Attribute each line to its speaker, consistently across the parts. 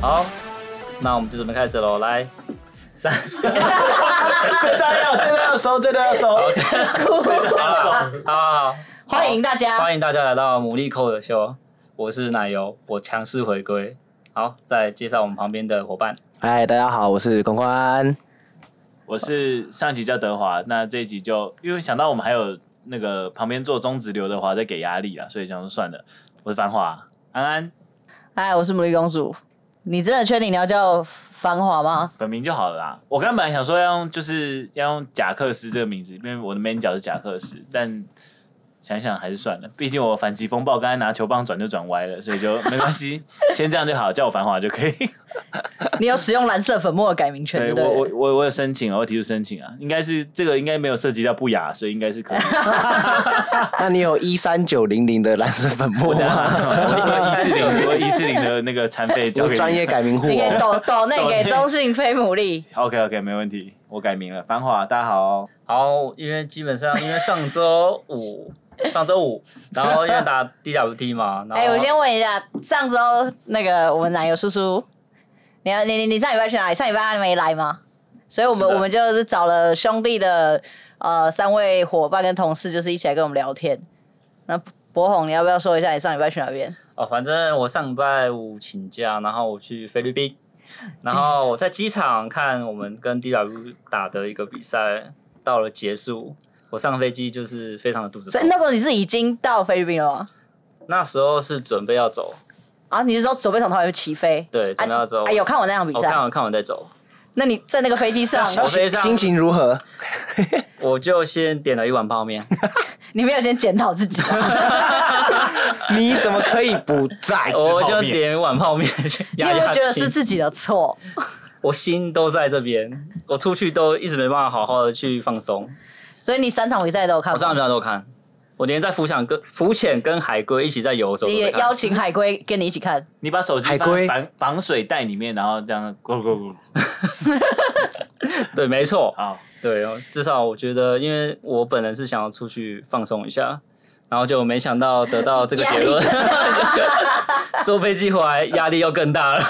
Speaker 1: 好，那我们就准备开始喽，来，三，
Speaker 2: 这段要，这段要收，这段要收。
Speaker 1: 好好好，
Speaker 3: 欢迎大家，
Speaker 1: 欢迎大家来到牡蛎扣的秀，我是奶油，我强势回归。好，再介绍我们旁边的伙伴，
Speaker 2: 嗨，大家好，我是关关。
Speaker 4: 我是上集叫德华，那这一集就因为想到我们还有那个旁边做中职刘德华在给压力啊，所以想说算了，我是繁华安安
Speaker 3: 嗨，我是牡蛎公主。你真的确定你要叫繁 华吗？
Speaker 4: 本名就好了啦。我刚本来想说要用就是要用贾克斯这个名字，因为我的 main 角是贾克斯，但想一想还是算了，毕竟我反击风暴刚才拿球棒转就转歪了，所以就没关 系，先这样就好，叫我繁华就可以。
Speaker 3: 你有使用蓝色粉末的改名权，
Speaker 4: 对
Speaker 3: 对不对
Speaker 4: 我我
Speaker 3: 了？
Speaker 4: 我我有申请啊，我有提出申请啊，应该是这个应该没有涉及到不雅，所以应该是可以。
Speaker 2: 那你有一三九零零的蓝色粉末
Speaker 4: 我等一
Speaker 2: 吗？
Speaker 4: 下啊我一四零，我一四零的那个残废交
Speaker 2: 有
Speaker 4: 给你
Speaker 2: 专业。改名户
Speaker 3: 你可以
Speaker 2: 哦。
Speaker 3: 抖抖内给中信非牡蛎。
Speaker 4: OK OK，没问题，我改名了。繁华，大家好哦。
Speaker 1: 好，因为基本上因为上周五， 上周五，然后因为打 DWT 嘛，
Speaker 4: 啊
Speaker 1: 然后
Speaker 3: 哎、我先问一下，上周那个我们奶油叔叔，你要你你你上礼拜去哪里？上礼拜他没来吗？所以我们
Speaker 4: 是的
Speaker 3: 我们就是找了兄弟的呃三位伙伴跟同事，就是一起来跟我们聊天。那博宏，你要不要说一下你上礼拜去哪边？
Speaker 1: 哦，反正我上礼拜五请假，然后我去菲律宾，然后我在机场看我们跟 DW 打的一个比赛，到了结束，我上飞机就是非常的肚子
Speaker 3: 所以
Speaker 1: 痛。
Speaker 3: 那时候你是已经到菲律宾了吗？
Speaker 1: 那时候是准备要走，
Speaker 3: 啊，你是说准备从台湾起飞？
Speaker 1: 对，准备要走。
Speaker 3: 啊，有看我那场比
Speaker 1: 我
Speaker 3: 赛？
Speaker 1: 看完看完再走，
Speaker 3: 那你在那个飞 机上，
Speaker 1: 我飞上
Speaker 2: 心情 如何？
Speaker 1: 我就先点了一碗泡 面。
Speaker 3: 你没有先检讨自己啊吗？
Speaker 2: 你怎么可以不在？
Speaker 1: 我
Speaker 4: 泡
Speaker 1: 就
Speaker 4: 面
Speaker 1: 点一碗泡面，
Speaker 3: 你 有
Speaker 1: 压
Speaker 3: 没
Speaker 1: 压
Speaker 3: 有觉得
Speaker 1: 惊
Speaker 3: 是自己的错？
Speaker 1: 我心都在这边，我出去都一直没办法好好的去放松。
Speaker 3: 所以你三场比赛都有看
Speaker 1: 我上
Speaker 3: 吗？
Speaker 1: 礼拜都看，我连在浮想跟浮潜跟海龟一起在游的时候
Speaker 3: 你
Speaker 1: 都在
Speaker 3: 也
Speaker 1: 看，
Speaker 3: 邀请海龟跟你一 起看，
Speaker 4: 你把手机
Speaker 2: 海
Speaker 4: 放
Speaker 2: 龟
Speaker 4: 在防防水袋里面，然后这样咕噜咕噜咕噜。
Speaker 1: 对，没错，
Speaker 4: 好，
Speaker 1: 对，至少我觉得，因为我本人是想要出去放松一下，然后就没想到得到这个结论， 坐飞机回来压力又更大了。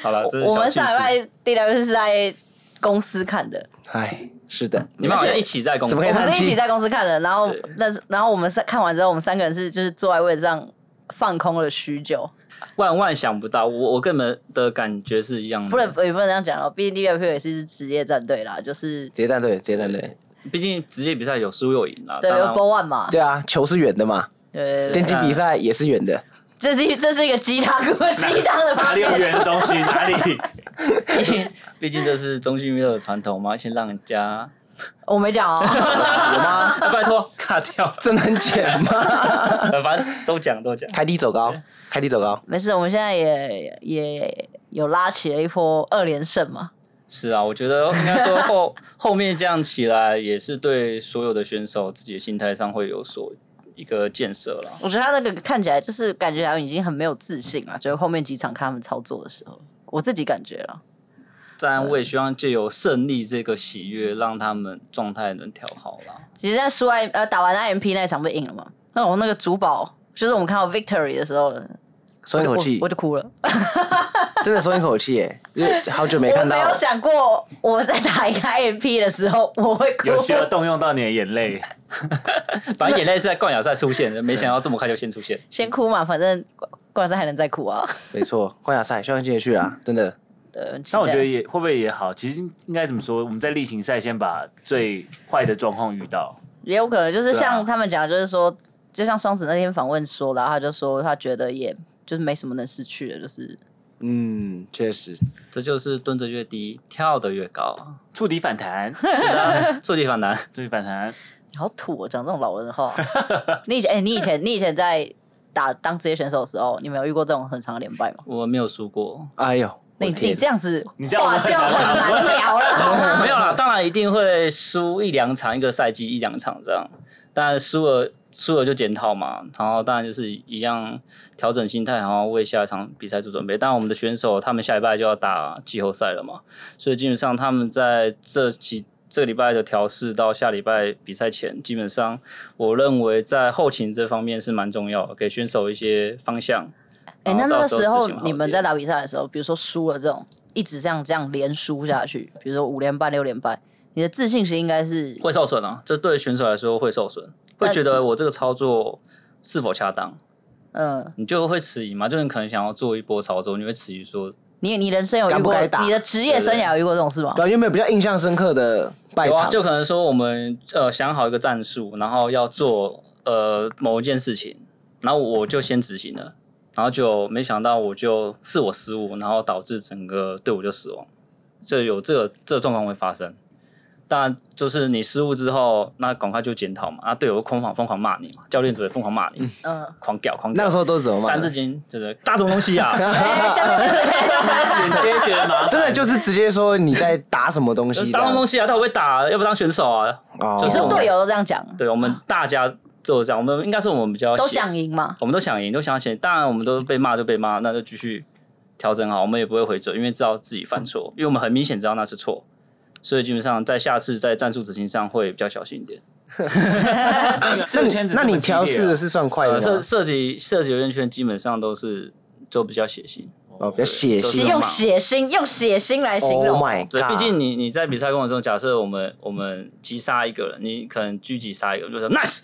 Speaker 1: 好了，这是
Speaker 3: 我们
Speaker 1: 小
Speaker 3: 上
Speaker 1: 趣
Speaker 3: 礼
Speaker 1: 事
Speaker 3: 拜第两个是在公司看的，
Speaker 2: 哎，是的，
Speaker 1: 你们好像一起在公司
Speaker 2: 怎么可
Speaker 3: 我们
Speaker 2: 以叹
Speaker 3: 是
Speaker 2: 气
Speaker 3: 一起在公司看的，然后
Speaker 1: 对
Speaker 3: 那是然后我们是看完之后，我们三个人是就是坐在位置上放空了许久，
Speaker 1: 万万想不到，我我跟你们的感觉是一样的。
Speaker 3: 不能也不能这样讲了，毕竟 D W P 也是一支职业战队啦，就是
Speaker 2: 直接站队，直接站队。
Speaker 1: 毕竟职业比赛有输有赢啦。
Speaker 3: 对
Speaker 1: 啊当然
Speaker 3: b o One 嘛，
Speaker 2: 对啊，球是远的嘛，
Speaker 3: 对对对
Speaker 2: 电，竞比赛也是远的。
Speaker 3: 这是一这是一个鸡汤鸡汤的
Speaker 4: 哪
Speaker 3: 旁
Speaker 4: 里有
Speaker 3: 边
Speaker 4: 圆的东西？哪里？
Speaker 1: 毕竟毕竟这是中信娱乐的传统嘛，先让人家
Speaker 3: 我没讲哦。
Speaker 1: 有吗？拜托，卡掉，
Speaker 2: 真的很浅 吗？
Speaker 1: 反正都讲都讲。
Speaker 2: 开低走高，开低走高。
Speaker 3: 没事，我们现在也也有拉起了一波二连胜嘛。
Speaker 1: 是啊，我觉得应该说后后面这样起来，也是对所有的选手自己的心态上会有所一个建设啦。
Speaker 3: 我觉得他那个看起来就是感觉好像已经很没有自信了，就是后面几场看他们操作的时候，我自己感觉了。
Speaker 1: 当然，我也希望借由胜利这个喜悦，让他们状态能调好啦。
Speaker 3: 其实，在输 I 呃打完 IMP 那一场不是赢了吗？那我那个主保，就是我们看到 Victory 的时候，
Speaker 2: 松一口气
Speaker 3: 我，我就哭了。
Speaker 2: 真的松一口气耶，因为好久没
Speaker 3: 我
Speaker 2: 看到
Speaker 3: 没有想过我在打一个 IMP 的时候我会哭。
Speaker 4: 有需要动用到你的眼泪？
Speaker 1: 反正眼泪是在冠亚赛出现的，没想到这么快就先出现。
Speaker 3: 先哭嘛，反正冠冠上还能再哭啊。
Speaker 2: 没错，冠亚赛希望进得去啊，真的。
Speaker 3: 对，很期
Speaker 4: 那我觉
Speaker 3: 待
Speaker 4: 得也会不会也好？其实应该怎么说？我们在例行赛先把最坏的状况遇到，
Speaker 3: 也有可能就是
Speaker 4: 对啊
Speaker 3: 像他们讲，就是说，就像双子那天访问说的啊，他就说他觉得也就是没什么能失去的，就是
Speaker 2: 嗯，确实，
Speaker 1: 这就是蹲着越低，跳得越高。啊
Speaker 4: 触底反弹，
Speaker 1: 是的，触底反弹。
Speaker 4: 触底反弹。
Speaker 3: 好土哦，讲这种老人话。你以前，哎、你以前，你以前在打当职业选手的时候，你没有遇过这种很长的连败吗？
Speaker 1: 我没有输过，
Speaker 2: 哎呦，我
Speaker 3: 你
Speaker 2: 的
Speaker 3: 你
Speaker 2: 天
Speaker 3: 这样子，
Speaker 4: 你这样
Speaker 3: 话
Speaker 4: 我很
Speaker 3: 就
Speaker 4: 难啊
Speaker 3: 很难聊了，好 吗？
Speaker 1: 没有 啦，当然一定会输一两场，一个赛季一两场这样，但输了输了就检讨嘛，然后当然就是一样调整心态，然后为下一场比赛做准备。当然我们的选手他们下礼拜就要打季后赛了嘛，所以基本上他们在这几。这个礼拜的调试到下礼拜比赛前，基本上我认为在后勤这方面是蛮重要的，给选手一些方向。
Speaker 3: 哎、哎、那
Speaker 1: 然后
Speaker 3: 那
Speaker 1: 到
Speaker 3: 个
Speaker 1: 时候
Speaker 3: 时
Speaker 1: 执
Speaker 3: 候
Speaker 1: 行好一
Speaker 3: 你们在
Speaker 1: 点
Speaker 3: 打比赛的时候，比如说输了这种，一直这样这样连输下去，比如说五连败、六连败，你的自信心应该是
Speaker 1: 会受损啊，这对选手来说会受损，会
Speaker 3: 但
Speaker 1: 觉得我这个操作是否恰当，
Speaker 3: 嗯，
Speaker 1: 你就会迟疑嘛，就你可能想要做一波操作，你会迟疑说
Speaker 3: 你你人生有
Speaker 2: 该
Speaker 3: 遇
Speaker 2: 不
Speaker 3: 过
Speaker 2: 该打
Speaker 3: 你的职业生涯有遇过这种事吗？
Speaker 2: 对啊，有没有比较印象深刻的败
Speaker 1: 有啊，
Speaker 2: 场？
Speaker 1: 就可能说我们呃想好一个战术，然后要做呃某一件事情，然后我就先执行了，然后就没想到我就是我失误，然后导致整个队伍就死亡，这有这个这个状况会发生。当然，就是你失误之后，那赶快就检讨嘛，啊，队友会疯狂疯狂骂你嘛，教练组也疯狂骂你，
Speaker 3: 嗯，
Speaker 1: 狂屌狂屌。
Speaker 2: 那个时候都是怎么骂
Speaker 1: 三
Speaker 2: 的？
Speaker 1: 字经就是大什么东西啊？
Speaker 3: 哎下面
Speaker 4: 直接觉得麻 烦，
Speaker 2: 真的就是直接说你在打什么东西？
Speaker 1: 当什么东
Speaker 2: 西？
Speaker 1: 西啊？他会不会打？要不当选手啊？
Speaker 2: 哦
Speaker 3: 你说队友都这样讲，
Speaker 1: 对我们大家都这样，我们应该是我们比较
Speaker 3: 都
Speaker 1: 喜欢
Speaker 3: 想赢嘛？
Speaker 1: 我们都想赢，都想赢，当然我们都被骂就被骂，那就继续调整好，我们也不会回嘴，因为知道自己犯错，因为我们很明显知道那是错，所以基本上在下次在战术执行上会比较小心一点。
Speaker 4: 这个圈子
Speaker 2: 那
Speaker 4: 这么
Speaker 2: 你
Speaker 4: 激烈啊
Speaker 2: 调试的是算快
Speaker 1: 呃，
Speaker 2: 的
Speaker 1: 涉
Speaker 2: 吗？
Speaker 1: 涉及涉及游泳圈基本上都是就比较血腥，
Speaker 2: 哦，比较血
Speaker 1: 都
Speaker 3: 是
Speaker 1: 是
Speaker 2: 腥。
Speaker 1: 嘛
Speaker 3: 用血腥，用血腥来形
Speaker 2: Oh
Speaker 3: 容。
Speaker 2: my
Speaker 1: 对，
Speaker 2: god！
Speaker 1: 毕竟你你在比赛过程中，假设我们我们击杀一个人，你可能狙击杀一个人，就说 nice，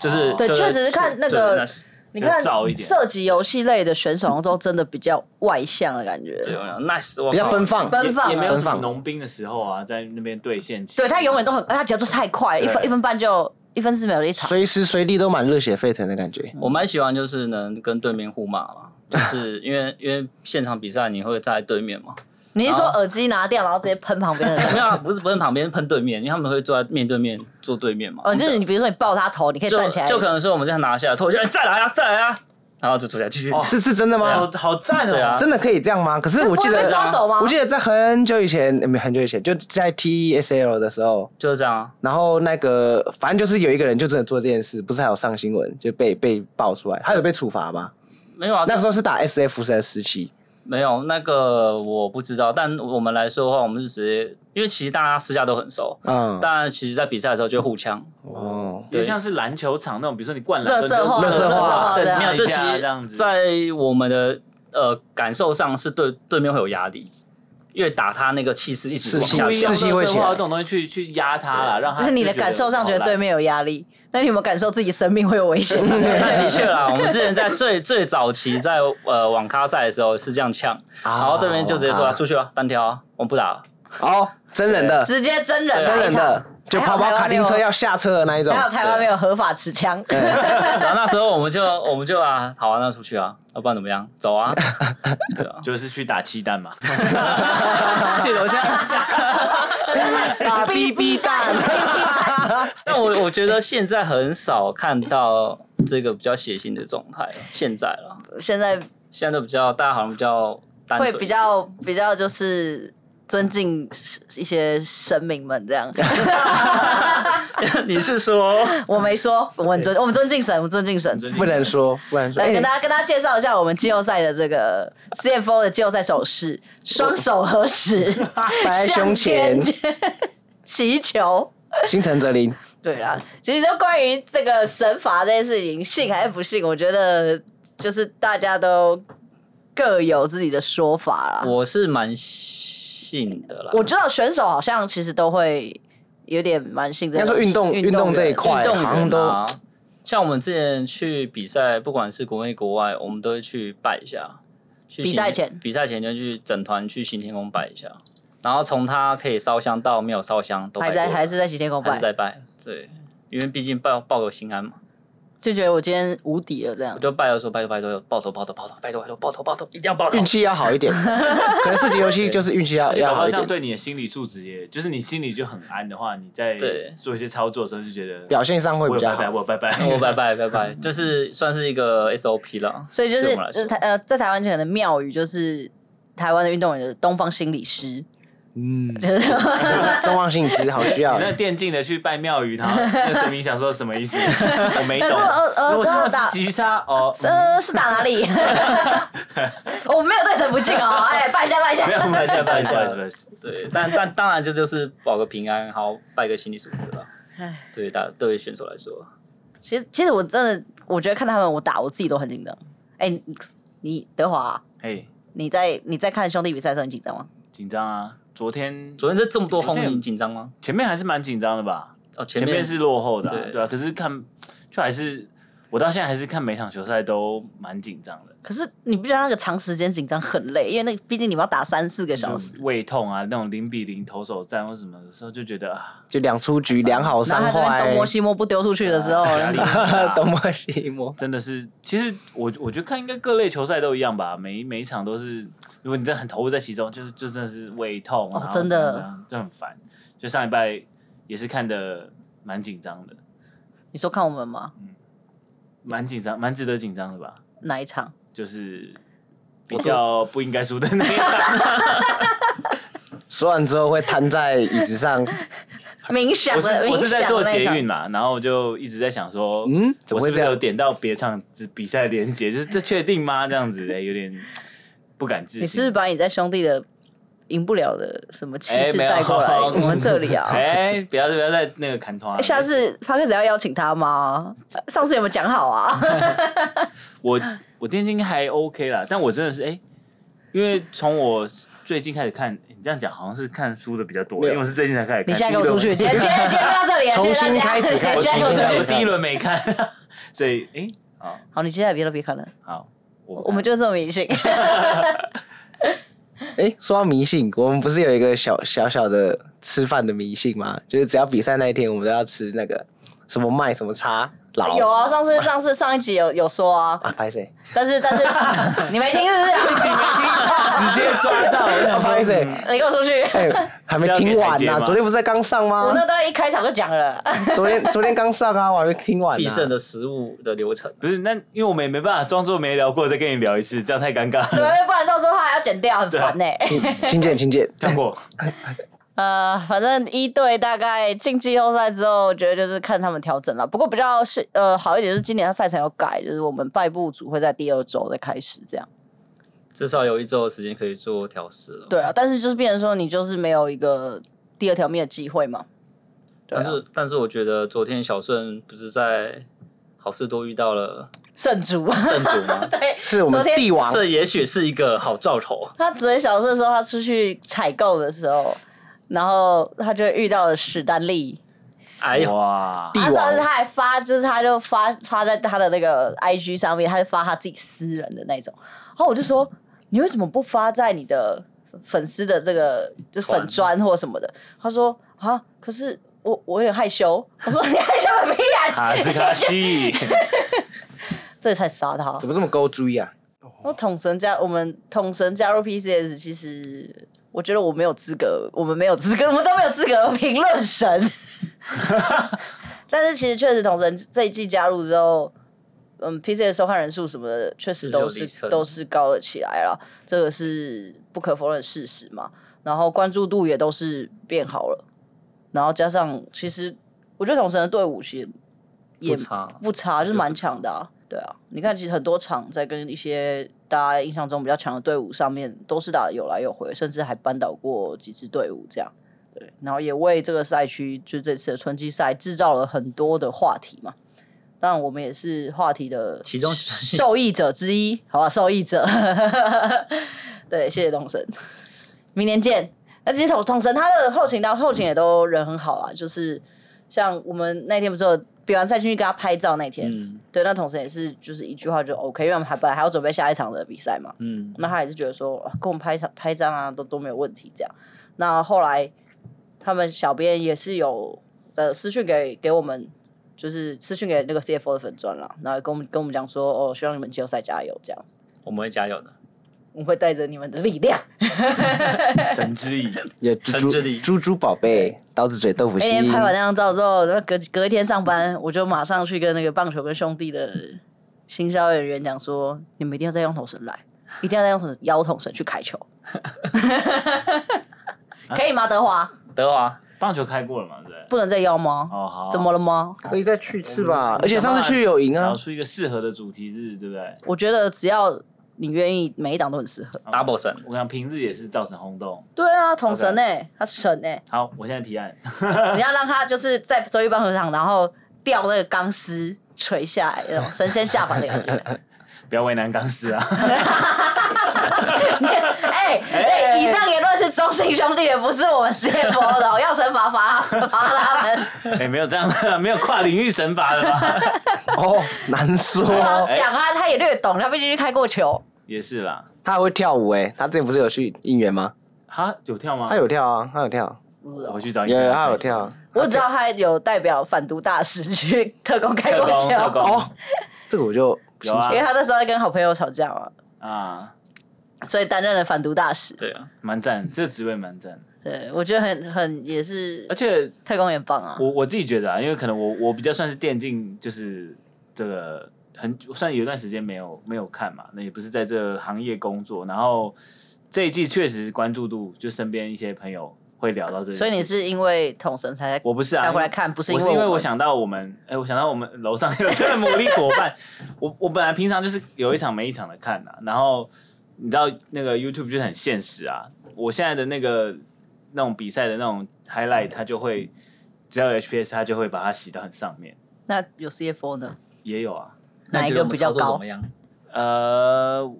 Speaker 1: 就是
Speaker 4: 哦
Speaker 3: 对
Speaker 1: 就
Speaker 3: 确实是看那
Speaker 1: 对
Speaker 3: 个
Speaker 1: nice
Speaker 3: 你看
Speaker 4: 比较燥一点
Speaker 3: 涉及游戏类的选手，好像都真的比较外向的感
Speaker 1: 对
Speaker 3: 觉。
Speaker 1: nice，我
Speaker 2: 比较
Speaker 1: 靠
Speaker 2: 奔放，
Speaker 3: 奔放
Speaker 4: 也没
Speaker 3: 啊，
Speaker 4: 有什么农兵的时候啊，在那边对线起，
Speaker 3: 对他永远都很，他节奏太快，一分
Speaker 4: 对
Speaker 3: 一分半就一分四秒的一场。
Speaker 2: 随时随地都蛮热血沸腾的感觉。
Speaker 1: 我蛮喜欢就是能跟对面互骂嘛，就是因为因为现场比赛你会在对面嘛，
Speaker 3: 你是说
Speaker 1: 然
Speaker 3: 耳机拿掉，然后直接喷旁边的人？
Speaker 1: 没有啊，不是不是旁边喷对面，因为他们会坐在面对面坐对面嘛。
Speaker 3: 哦，就是你比如说你抱他头，你可以
Speaker 1: 就
Speaker 3: 站起来，
Speaker 1: 就可能说我们这样拿下来，拖下来再来啊，再来啊，然后就坐下来继续。
Speaker 4: 哦
Speaker 2: 是是真的
Speaker 4: 好
Speaker 2: 吗？
Speaker 4: 好赞
Speaker 1: 对
Speaker 4: 哦
Speaker 1: 啊，
Speaker 2: 真的可以这样吗？可是我记
Speaker 3: 不会被抓
Speaker 2: 得，
Speaker 3: 走吗？
Speaker 2: 我记得在很久以前，呃没很久以前，就在 TESL 的时候，
Speaker 1: 就是这样啊。
Speaker 2: 然后那个反正就是有一个人就真的做这件事，不是还有上新闻，就被被爆出来，他有被处罚吗？
Speaker 1: 没有啊，
Speaker 2: 那个时候是打 SF 的时期，
Speaker 1: 没有那个我不知道，但我们来说的话，我们是直接，因为其实大家私下都很熟，
Speaker 2: 嗯，
Speaker 1: 但其实在比赛的时候就会互呛。
Speaker 2: 哦，
Speaker 4: 有
Speaker 1: 对
Speaker 4: 点像是篮球场那种，比如说你灌篮，
Speaker 3: 垃圾话
Speaker 4: 你就
Speaker 2: 垃圾话
Speaker 4: 等
Speaker 3: 对啊
Speaker 1: 没有，
Speaker 4: 一
Speaker 1: 这其
Speaker 4: 下这样
Speaker 1: 实
Speaker 4: 子，
Speaker 1: 在我们的呃感受上是对对面会有压力，越打他那个气势一直
Speaker 2: 士
Speaker 1: 往
Speaker 2: 气
Speaker 1: 下
Speaker 4: 故
Speaker 1: 去
Speaker 4: 意。用
Speaker 2: 士气
Speaker 4: 垃
Speaker 2: 会
Speaker 4: 圾
Speaker 2: 起来
Speaker 4: 话这种东西去去压他啦，让
Speaker 3: 那
Speaker 4: 他
Speaker 3: 你的
Speaker 4: 就觉得
Speaker 3: 感受上觉
Speaker 4: 好
Speaker 3: 得
Speaker 4: 烂
Speaker 3: 对面有压力，那你有没有感受自己生命会有危险？
Speaker 1: 那的确啦，我们之前在最最早期在呃网咖赛的时候是这样呛，然后对面就直接说、
Speaker 2: 啊
Speaker 1: 出去啊，单挑啊，我们不打了。
Speaker 2: 哦，真人的，
Speaker 3: 直接真人
Speaker 1: 对
Speaker 2: 真
Speaker 3: 来一
Speaker 2: 人
Speaker 3: 场
Speaker 2: 的，就跑跑卡丁车要下车的那一种
Speaker 3: 还，有台湾没有合法持枪，
Speaker 1: 然后那时候我们就我们就啊，好啊，那出去啊，要不然怎么样？走啊，对啊，
Speaker 4: 就是去打气 弹嘛，
Speaker 1: 去楼下。
Speaker 2: 打 BB 弹，
Speaker 1: 但我我觉得现在很少看到这个比较血腥的状态了，现在了，
Speaker 3: 现在
Speaker 1: 现在都比较大家好像比较单
Speaker 3: 会
Speaker 1: 纯，
Speaker 3: 比较比较就是尊敬一些神明们这 样。
Speaker 1: 你是说
Speaker 3: 我没说，我们尊我们尊敬神，我们尊敬神。
Speaker 2: 不能说，不能说，
Speaker 3: 来
Speaker 2: 哎
Speaker 3: 跟大家跟大家介绍一下我们季后赛的这个 CFO 的季后赛手势，双手合十，
Speaker 2: 摆在胸前
Speaker 3: 向，天祈求。
Speaker 2: 心诚则灵。
Speaker 3: 对啦，其实就关于这个神罚这件事情，信还是不信，我觉得就是大家都各有自己的说法啦。
Speaker 1: 我是蛮信的啦，
Speaker 3: 我知道选手好像其实都会有点蛮信这
Speaker 2: 应
Speaker 3: 个
Speaker 2: 该说运动运动这一
Speaker 3: 员
Speaker 2: 块，
Speaker 1: 运动
Speaker 2: 好像
Speaker 1: 员
Speaker 2: 都
Speaker 1: 啊，像我们之前去比赛，不管是国内国外，我们都会去拜一下。去
Speaker 3: 比
Speaker 1: 行
Speaker 3: 赛前
Speaker 1: 比赛前就去整团去行天宫拜一下，然后从他可以烧香到没有烧香都拜
Speaker 3: 还
Speaker 1: 过
Speaker 3: 在
Speaker 1: 了
Speaker 3: 还是在洗天空
Speaker 1: 还
Speaker 3: 拜
Speaker 1: 是，在拜，对，因为毕竟报报有心安嘛，
Speaker 3: 就觉得我今天无敌了这样
Speaker 1: 我。就拜的时候拜托拜托抱头抱头抱头拜托拜托抱头抱头一定要抱头
Speaker 2: 运，气要好一点，可能射击游戏就是运气要
Speaker 4: 而且
Speaker 2: 要
Speaker 4: 搞不
Speaker 2: 好
Speaker 4: 好
Speaker 2: 一
Speaker 4: 这样
Speaker 2: 点，
Speaker 4: 对你的心理素质也，就是你心里就很安的话，你在
Speaker 1: 对
Speaker 4: 做一些操作的时候就觉得
Speaker 2: 表现上会
Speaker 4: 我
Speaker 2: 比
Speaker 4: 有拜
Speaker 2: 较好
Speaker 4: 拜，。我有拜拜，
Speaker 1: 我哦 拜拜拜拜，就是算是一个 SOP 了，
Speaker 3: 所以就
Speaker 1: 对
Speaker 3: 是
Speaker 1: 我们来
Speaker 3: 就是
Speaker 1: 说
Speaker 3: 台呃，在台湾可能庙宇就是台湾的运动员的东方心理师，
Speaker 2: 嗯，
Speaker 3: 就是
Speaker 2: 中望性其实好需要
Speaker 4: 你。 那电竞的去拜庙宇，然后那神明想说什么意 思？我没懂。
Speaker 3: 但是呃呃
Speaker 4: 如果是
Speaker 3: 不要
Speaker 4: 用
Speaker 3: 打
Speaker 4: 击杀哦，嗯
Speaker 3: 呃是打哪里？我没有对神不敬哦，哎，拜一下拜一下
Speaker 4: 没。有，拜拜拜拜拜。
Speaker 1: 对，但但当然这就是保个平安，好拜个心理素质了，对大对于选手来说，
Speaker 3: 其实其实我真的我觉得看他们我打我自己都很紧张。哎、你你德华啊、
Speaker 4: 嘿，
Speaker 3: 你在你在看兄弟比赛的时候，你紧张吗？
Speaker 4: 紧张啊！昨天
Speaker 1: 昨天这这么多轰
Speaker 4: 昨天
Speaker 1: 你紧张吗？
Speaker 4: 前面还是蛮紧张的吧？
Speaker 1: 哦，
Speaker 4: 前
Speaker 1: 面
Speaker 4: 是落后的啊、
Speaker 1: 对
Speaker 4: 对啊，可是看就还是我到现在还是看每场球赛都蛮紧张的，
Speaker 3: 可是你不觉得那个长时间紧张很累？因为那个毕竟你们要打三四个小时，
Speaker 4: 就胃痛啊，那种零比零投手战或什么的时候，就觉得啊，
Speaker 2: 就两出局，两好
Speaker 3: 然
Speaker 2: 三
Speaker 3: 后他这边
Speaker 2: 坏。
Speaker 3: 东摸西摸不丢出去的时候，
Speaker 4: 哎压力很大
Speaker 2: 东摸西摸，
Speaker 4: 真的是，其实我我觉得看应该各类球赛都一样吧，每每一场都是，如果你真的很投入在其中，就就真的是胃痛啊，
Speaker 3: 哦真的
Speaker 4: 然后就很烦。就上礼拜也是看的蛮紧张的，
Speaker 3: 你说看我们吗？
Speaker 4: 蛮紧张，蛮值得紧张的吧，
Speaker 3: 哪一场？
Speaker 4: 就是比较不应该输的那 一场。
Speaker 2: 说完之后会瘫在椅子上。
Speaker 3: 冥想
Speaker 4: 我
Speaker 3: 的，
Speaker 4: 是我是在
Speaker 3: 冥想
Speaker 4: 做
Speaker 3: 的那一
Speaker 4: 捷
Speaker 3: 场
Speaker 4: 运啊啦，然后我就一直在想说，
Speaker 2: 嗯怎
Speaker 4: 我
Speaker 2: 么会
Speaker 4: 是不
Speaker 2: 这
Speaker 4: 是
Speaker 2: 样
Speaker 4: 有点到别场比赛连接？就是 这确定吗？这样子的有点不敢置信。
Speaker 3: 你是不是把你在兄弟的赢不了的什么气
Speaker 4: 哎，
Speaker 3: 势
Speaker 4: 没有
Speaker 3: 带过 来我们这里啊？
Speaker 4: 哎，不要不要再那个砍团
Speaker 3: 哎。下次他开始要邀请他吗？上次有没有讲好 啊？
Speaker 4: 我我电竞还 OK 啦，但我真的是哎，因为从我最近开始看，你这样讲好像是看书的比较多，
Speaker 2: 没有
Speaker 4: 因为我是最近才开始看。
Speaker 3: 你现在给我出去！
Speaker 4: 第
Speaker 3: 今天今天今天不到这里了，
Speaker 2: 重新
Speaker 3: 谢谢大家
Speaker 2: 开始看
Speaker 3: 你
Speaker 4: 一轮没看，我
Speaker 3: 现在给我
Speaker 2: 重
Speaker 3: 出
Speaker 2: 新
Speaker 4: 我
Speaker 3: 去。
Speaker 4: 第一轮没看，所以哎，好
Speaker 3: 好，你接下来别都别看了，
Speaker 4: 好，我
Speaker 3: 我们就这么 迷信。
Speaker 2: 哎，说到迷信，我们不是有一个小小小的吃饭的迷信吗？就是只要比赛那一天，我们都要吃那个什么麦什么叉老
Speaker 3: 有啊，上次上次上一集有有说啊，
Speaker 2: 啊，拍谁？
Speaker 3: 但是但 是你没听是不是啊？
Speaker 4: 直接抓到，我
Speaker 2: 啊，
Speaker 4: 想
Speaker 2: 拍谁？
Speaker 4: 说
Speaker 3: 你给我出去！
Speaker 2: 哎、还没听完
Speaker 4: 这样可
Speaker 2: 呢、
Speaker 4: 以台阶吗
Speaker 2: 昨天不是才刚上吗
Speaker 3: 我？那都一开场就讲了，
Speaker 2: 昨天昨天刚上啊，我还没听完、啊。
Speaker 1: 必胜的食物的流程。
Speaker 4: 不是那，因为我们也没办法装作没聊过，再跟你聊一次，这样太尴尬
Speaker 3: 对，
Speaker 4: 了。
Speaker 3: 不然到时候他还要剪掉，很
Speaker 2: 啊
Speaker 3: 烦呢。欸
Speaker 2: 请，请见，请见。
Speaker 4: 跳过，
Speaker 3: 呃，反正一队大概进季后赛之后，我觉得就是看他们调整了。不过比较是呃好一点，就是今年他赛程有改，就是我们败部组会在第二周再开始这样。
Speaker 1: 至少有一周的时间可以做调试了。
Speaker 3: 对啊，但是就是变成说你就是没有一个第二条命的机会嘛。对
Speaker 1: 但
Speaker 3: 啊，
Speaker 1: 是但是我觉得昨天小顺不是在好事多遇到了
Speaker 3: 圣主，
Speaker 1: 圣主吗？
Speaker 3: 对，
Speaker 2: 是我们
Speaker 3: 昨天
Speaker 2: 帝王
Speaker 1: 这也许是一个好兆头。
Speaker 3: 他昨天小时的时候，他出去采购的时候，然后他就遇到了史丹利。
Speaker 1: 哎呦，
Speaker 4: 哇，
Speaker 2: 帝
Speaker 3: 啊
Speaker 2: 王
Speaker 3: 当时他还发，就是他就发发在他的那个 IG 上面，他就发他自己私人的那种。然后我就说，你为什么不发在你的粉丝的这个就是粉砖或什么的？他说啊，可是我我有点害羞。我说你害羞个屁啊！
Speaker 4: 卡斯卡西，
Speaker 3: 这才杀他。
Speaker 2: 怎么这么勾追啊？
Speaker 1: 哦
Speaker 3: 我统神加我们统神加入 PCS，其实我觉得我没有资格，我们没有资格，我们都没有资格评论 神。但是其实确实统神这一季加入之后，嗯，PCS 收看人数什么的，确实都
Speaker 1: 是有里
Speaker 3: 是
Speaker 1: 程
Speaker 3: 都是高了起来了，这个是不可否认的事实嘛。然后关注度也都是变好了，然后加上其实我觉得统神的队伍其实也
Speaker 1: 不差，
Speaker 3: 不差，就是蛮强的、啊。对啊，你看，其实很多场在跟一些大家印象中比较强的队伍上面，都是打得有来有回，甚至还扳倒过几支队伍这样。对，然后也为这个赛区，就这次的春季赛制造了很多的话题嘛。当然，我们也是话题的
Speaker 1: 其中
Speaker 3: 受益者之一，好吧，受益者。 对，谢谢东神，明年见。那其实统统神他的后勤到后勤也都人很好啦，就是像我们那天不是有比完赛进去给他拍照那天，
Speaker 1: 嗯
Speaker 3: 对，那统神也是就是一句话就 OK，因为我们还本来还要准备下一场的比赛嘛，
Speaker 1: 嗯，
Speaker 3: 那他也是觉得说、啊跟我们拍照拍张啊都都没有问题这样。那后来他们小编也是有呃私讯给给我们，就是私讯给那个 CFO 的粉砖啦，然后跟我们跟我们讲说哦，希望你们季后赛加油这样子，
Speaker 1: 我们会加油的。
Speaker 3: 我们会带着你们的力量。
Speaker 4: 神之翼，
Speaker 2: 有猪
Speaker 1: 陈志
Speaker 2: 猪
Speaker 1: 礼
Speaker 2: 猪猪宝贝，刀子嘴豆腐
Speaker 3: 那
Speaker 2: 心
Speaker 3: 天。哎拍完那张照之后，然后隔隔一天上班，我就马上去跟那个棒球跟兄弟的行销人员讲说，你们一定要再用头绳来，一定要再用桶腰桶绳去开球， 可以吗？德华，
Speaker 1: 德华，
Speaker 4: 棒球开过了嘛？对不对。
Speaker 3: 不能再腰吗？
Speaker 4: 哦，好，
Speaker 3: 怎么了吗？
Speaker 2: 可以再去一次
Speaker 4: 嗯
Speaker 2: 吧，而且上次去有赢啊
Speaker 4: 找。出一个适合的主题日，对不对？
Speaker 3: 我觉得只要你愿意，每一档都很适合。
Speaker 1: Double 神
Speaker 4: 我想平日也是造成轰动。
Speaker 3: 对啊，统神呢、他是 神呢、
Speaker 4: 好，我现在提案，
Speaker 3: 你要让他就是在周 一棒球场，然后掉那个钢丝垂下来，那种神仙下凡的感觉。
Speaker 4: 不要为难钢丝啊。
Speaker 3: 哎哎，以上言论是中信兄弟的，不是我们事业部 的哦，要惩罚罚罚他们。
Speaker 4: 哎、没有这样的，没有跨领域神法的吧？
Speaker 2: 哦，难说。
Speaker 3: 好讲啊，他也略懂，他毕竟去开过球。
Speaker 4: 也是啦。
Speaker 2: 他还会跳舞哎、他之前不是有去应援吗？
Speaker 4: 哈，有跳吗？
Speaker 2: 他有跳啊，他有跳，
Speaker 4: 我去找你。
Speaker 2: 有有他有。跳。
Speaker 3: 我只知道他有代表反毒大使去特工开过
Speaker 4: 特工，特
Speaker 3: 球，
Speaker 4: 工
Speaker 2: 哦，这个我就
Speaker 4: 有啊
Speaker 3: 因为他那时候在跟好朋友吵架嘛，
Speaker 4: 啊，
Speaker 3: 所以担任了反毒大使。
Speaker 1: 对啊，
Speaker 4: 蛮赞，这个职位蛮赞。
Speaker 3: 对，我觉得很很也是
Speaker 4: 而，且
Speaker 3: 特工也棒啊。
Speaker 4: 我我自己觉得啊，因为可能我我比较算是电竞，就是这个很算有一段时间没有没有看嘛，那也不是在这行业工作，然后这一季确实关注度就身边一些朋友会聊到这个，
Speaker 3: 所以你是因为统神才
Speaker 4: 我不是啊，
Speaker 3: 才
Speaker 4: 因为
Speaker 3: 回来看，不是
Speaker 4: 我
Speaker 3: 因
Speaker 4: 是
Speaker 3: 为
Speaker 4: 因为
Speaker 3: 们
Speaker 4: 我想到我们，哎、我想到我们楼上有这个魔力伙伴，我我本来平常就是有一场没一场的看呐、然后你知道那个 YouTube 就是很现实啊，我现在的那个那种比赛的那种 highlight，它就会只要有 HPS，它就会把它洗到很上面，
Speaker 3: 那有 CFO 呢，
Speaker 4: 也有啊，
Speaker 1: 那
Speaker 3: 哪
Speaker 1: 你觉
Speaker 3: 一
Speaker 1: 得
Speaker 3: 个
Speaker 1: 我们
Speaker 3: 比较
Speaker 1: 操作怎
Speaker 3: 高
Speaker 1: 么？样？
Speaker 4: 呃，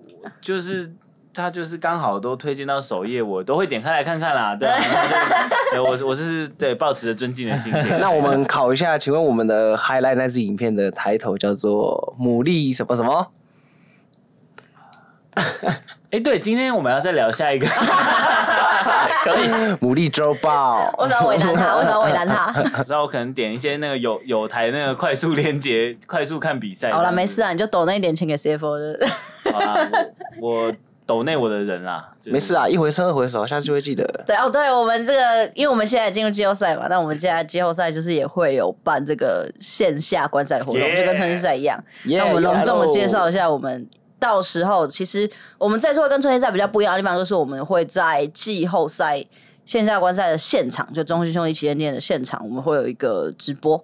Speaker 4: 就是。它就是刚好都推荐到首页，我都会点开来看看啦。对啊， 对，我是我是对抱持着尊敬的心点开。
Speaker 2: 那我们考一下，请问我们的 highlight 那支影片的抬头叫做“牡蛎什么什么
Speaker 4: 哎，对，今天我们要再聊下一 个。
Speaker 1: 可以，”，
Speaker 2: 牡蛎周报。
Speaker 3: 我想要为难他，我想要为难 他。
Speaker 4: 然后我可能点一些那个有有台那个快速连接，快速看比赛。
Speaker 3: 好了，没事
Speaker 4: 啊。
Speaker 3: 啊，你就抖那一点钱给 CFO 就。
Speaker 4: 好啦，我我抖内我的人啦，就是
Speaker 2: 没事。啊，一回生二回熟，下次就会记得了。
Speaker 3: 对哦，对我们这个，因为我们现在进入季后赛嘛，那我们现在季后赛就是也会有办这个线下观赛活动
Speaker 4: Yeah
Speaker 3: 就跟春季赛一样。
Speaker 2: 耶
Speaker 3: 那我们隆重的介绍一
Speaker 2: 下。
Speaker 3: 下我们。到时候，其实我们这次会跟春季赛比较不一样的地方，就是我们会在季后赛线下观赛的现场，就中信兄弟旗舰店的现场，我们会有一个直播，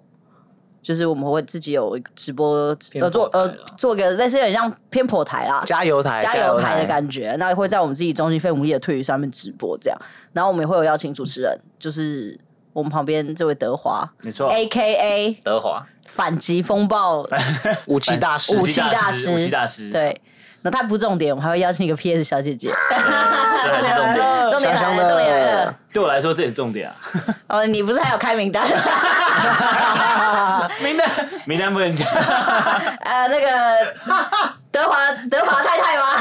Speaker 3: 就是我们会自己有一个直播，
Speaker 1: 偏
Speaker 3: 呃，
Speaker 1: 颇
Speaker 3: 做呃
Speaker 1: 台啦
Speaker 3: 做个类似有点像偏颇台啦，
Speaker 2: 加油台，
Speaker 3: 加油台的感觉，那会在我们自己中心非盈利的退鱼上面直播这样，然后我们也会有邀请主持人，就是我们旁边这位德华
Speaker 4: 没错，
Speaker 3: ，A K A
Speaker 1: 德华
Speaker 3: 反击风暴，
Speaker 2: 武器大师
Speaker 3: 武器大师
Speaker 4: 武器大师，，
Speaker 3: 对，那他不是重点，我们还会邀请一个 P S 小姐姐，
Speaker 4: 这才是重点。
Speaker 3: 重点
Speaker 2: 香
Speaker 3: 来
Speaker 2: 香
Speaker 3: 了，
Speaker 2: 的
Speaker 3: 重点来了，
Speaker 4: 对我来说这也是重点啊。
Speaker 3: 哦，你不是还有开名单？
Speaker 4: 啊 名单名单不能讲，
Speaker 3: 呃，那个德华德华太太吗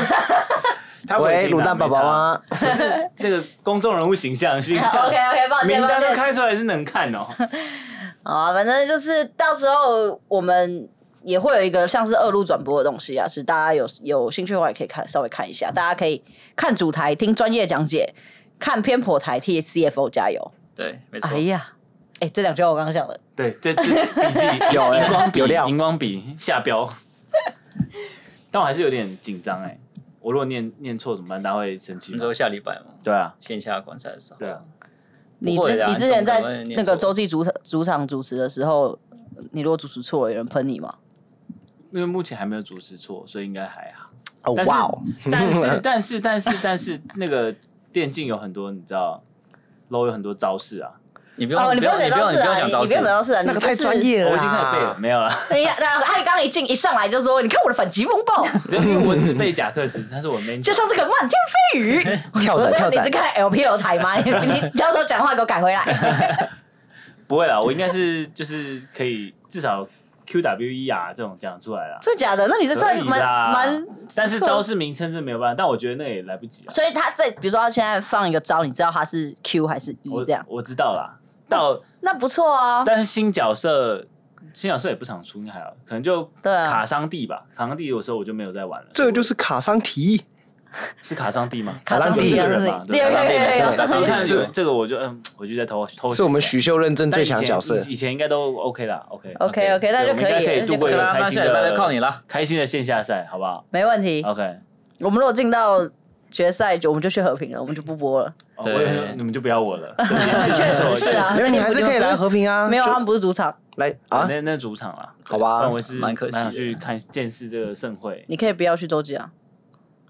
Speaker 4: 他不会
Speaker 2: 喂，
Speaker 4: 听啊
Speaker 2: 卤蛋宝宝？吗？
Speaker 4: 没差不是那个公众人物形象形象。
Speaker 3: ？OK OK，抱歉
Speaker 4: 名
Speaker 3: 抱
Speaker 4: 单都
Speaker 3: 歉，
Speaker 4: 开出来是能看哦，
Speaker 3: 啊，反正就是到时候我们也会有一个像是二路转播的东西啊，是大家有有兴趣的话也可以看稍微看一下，大家可以看主台听专业讲解，看偏颇台替 CFO 加油。
Speaker 1: 对，没错
Speaker 3: 哎，呀，哎、这两句话我刚刚讲的，
Speaker 4: 对，这这笔记
Speaker 2: 有
Speaker 4: 荧
Speaker 2: 哎
Speaker 4: 光笔
Speaker 2: 有料
Speaker 4: 荧光笔下标， 但我还是有点紧张哎，我如果念念错怎么办？大家会生气
Speaker 1: 你
Speaker 4: 吗？
Speaker 1: 说下礼拜吗？
Speaker 4: 对啊，
Speaker 1: 线下观赛的时候，
Speaker 4: 对啊，
Speaker 3: 你
Speaker 1: 不会
Speaker 3: 之
Speaker 1: 啦
Speaker 3: 你之前
Speaker 1: 你怎么可
Speaker 3: 在
Speaker 1: 能念
Speaker 3: 那
Speaker 1: 错
Speaker 3: 个洲际主场主场主持的时候，你如果主持错了，有人喷你吗？
Speaker 4: 因为目前还没有主持错，所以应该还好。
Speaker 2: 哦
Speaker 4: 但是
Speaker 2: 哇哦，
Speaker 4: 但是但是但是但是那个电竞有很多你知道，low 有很多招式啊，
Speaker 1: 你不用，
Speaker 3: 哦，你
Speaker 1: 你
Speaker 3: 不
Speaker 1: 不
Speaker 3: 用
Speaker 1: 用，
Speaker 3: 讲
Speaker 1: 你不用，你
Speaker 3: 招式
Speaker 1: 不
Speaker 3: 啊，
Speaker 1: 用讲
Speaker 3: 你你
Speaker 1: 招
Speaker 3: 不
Speaker 1: 式。
Speaker 3: 用讲招式啊，
Speaker 2: 那个
Speaker 3: 你就
Speaker 2: 太
Speaker 3: 是
Speaker 2: 专。业了
Speaker 4: 哦
Speaker 2: 啦，
Speaker 4: 我已经开始背了，没有了。
Speaker 3: 哎呀，那他刚一进一上来就说，你看我的反击风暴，
Speaker 4: 对因为我只背贾克斯，他是我 main
Speaker 3: 就像这个漫天飞雨。
Speaker 2: 跳
Speaker 3: 我
Speaker 2: 伞
Speaker 3: 知道
Speaker 2: 跳
Speaker 3: 你是
Speaker 2: 伞。
Speaker 3: 看 LPL 台吗？你你到时候讲话给我改回来。
Speaker 4: 不会啦，我应该是就是可以至少 QWE 啊这种讲出来啦。
Speaker 3: 真的假的？那你这
Speaker 4: 可
Speaker 3: 算
Speaker 4: 以
Speaker 3: 蛮
Speaker 4: 啦
Speaker 3: 蛮，
Speaker 4: 但是招式名称是没有办法，但我觉得那也来不及啊。
Speaker 3: 所以他在比如说他现在放一个招，你知道他是 Q 还是 E
Speaker 4: 我
Speaker 3: 这样，哦
Speaker 4: 我知道啦，到
Speaker 3: 那不错啊。
Speaker 4: 但是新角色新角色也不常出，应该还好，可能就
Speaker 3: 对啊
Speaker 4: 卡桑蒂吧。卡桑蒂有时候我就没有在玩了。
Speaker 2: 这个就是卡桑提，
Speaker 4: 是卡桑蒂吗？
Speaker 3: 卡桑蒂啊
Speaker 4: 有这个人嘛，
Speaker 3: 对有有有有有
Speaker 4: 卡桑
Speaker 2: 有有
Speaker 4: 蒂
Speaker 2: 有
Speaker 4: 是这个，我就嗯，我就在偷偷。
Speaker 2: 是我们许秀认证
Speaker 4: 但
Speaker 2: 最
Speaker 4: 以前
Speaker 2: 强角色
Speaker 4: 以。以前应该都 OK 啦，OK。
Speaker 3: OK OK，那
Speaker 4: 对
Speaker 3: 就
Speaker 4: 我们应
Speaker 3: 可
Speaker 4: 该
Speaker 3: 以
Speaker 4: 可以
Speaker 3: 那就
Speaker 4: 度过
Speaker 3: 可
Speaker 4: 一
Speaker 3: 以
Speaker 4: 个
Speaker 1: 对啊
Speaker 4: 开
Speaker 1: 那
Speaker 4: 心
Speaker 1: 下礼拜
Speaker 4: 的
Speaker 1: 就靠你了。
Speaker 4: 开心的线下赛，好不好
Speaker 3: 没问题。
Speaker 4: ？OK。
Speaker 3: 我们如果进到决赛，就我们就去和平了，我们就不播了。
Speaker 4: 哦
Speaker 1: 对
Speaker 4: 我也说你们就不要我了，
Speaker 3: 确实是啊，
Speaker 2: 没有，
Speaker 3: 那
Speaker 2: 你还是可以来和平啊。
Speaker 3: 没有，
Speaker 2: 就
Speaker 3: 他们不是主场，
Speaker 2: 来
Speaker 4: 啊，
Speaker 2: 啊，
Speaker 4: 那那主场啦，
Speaker 2: 好吧
Speaker 4: 但我是
Speaker 1: 蛮可惜的
Speaker 4: 想去看见识这个盛会。
Speaker 3: 你可以不要去洲际啊。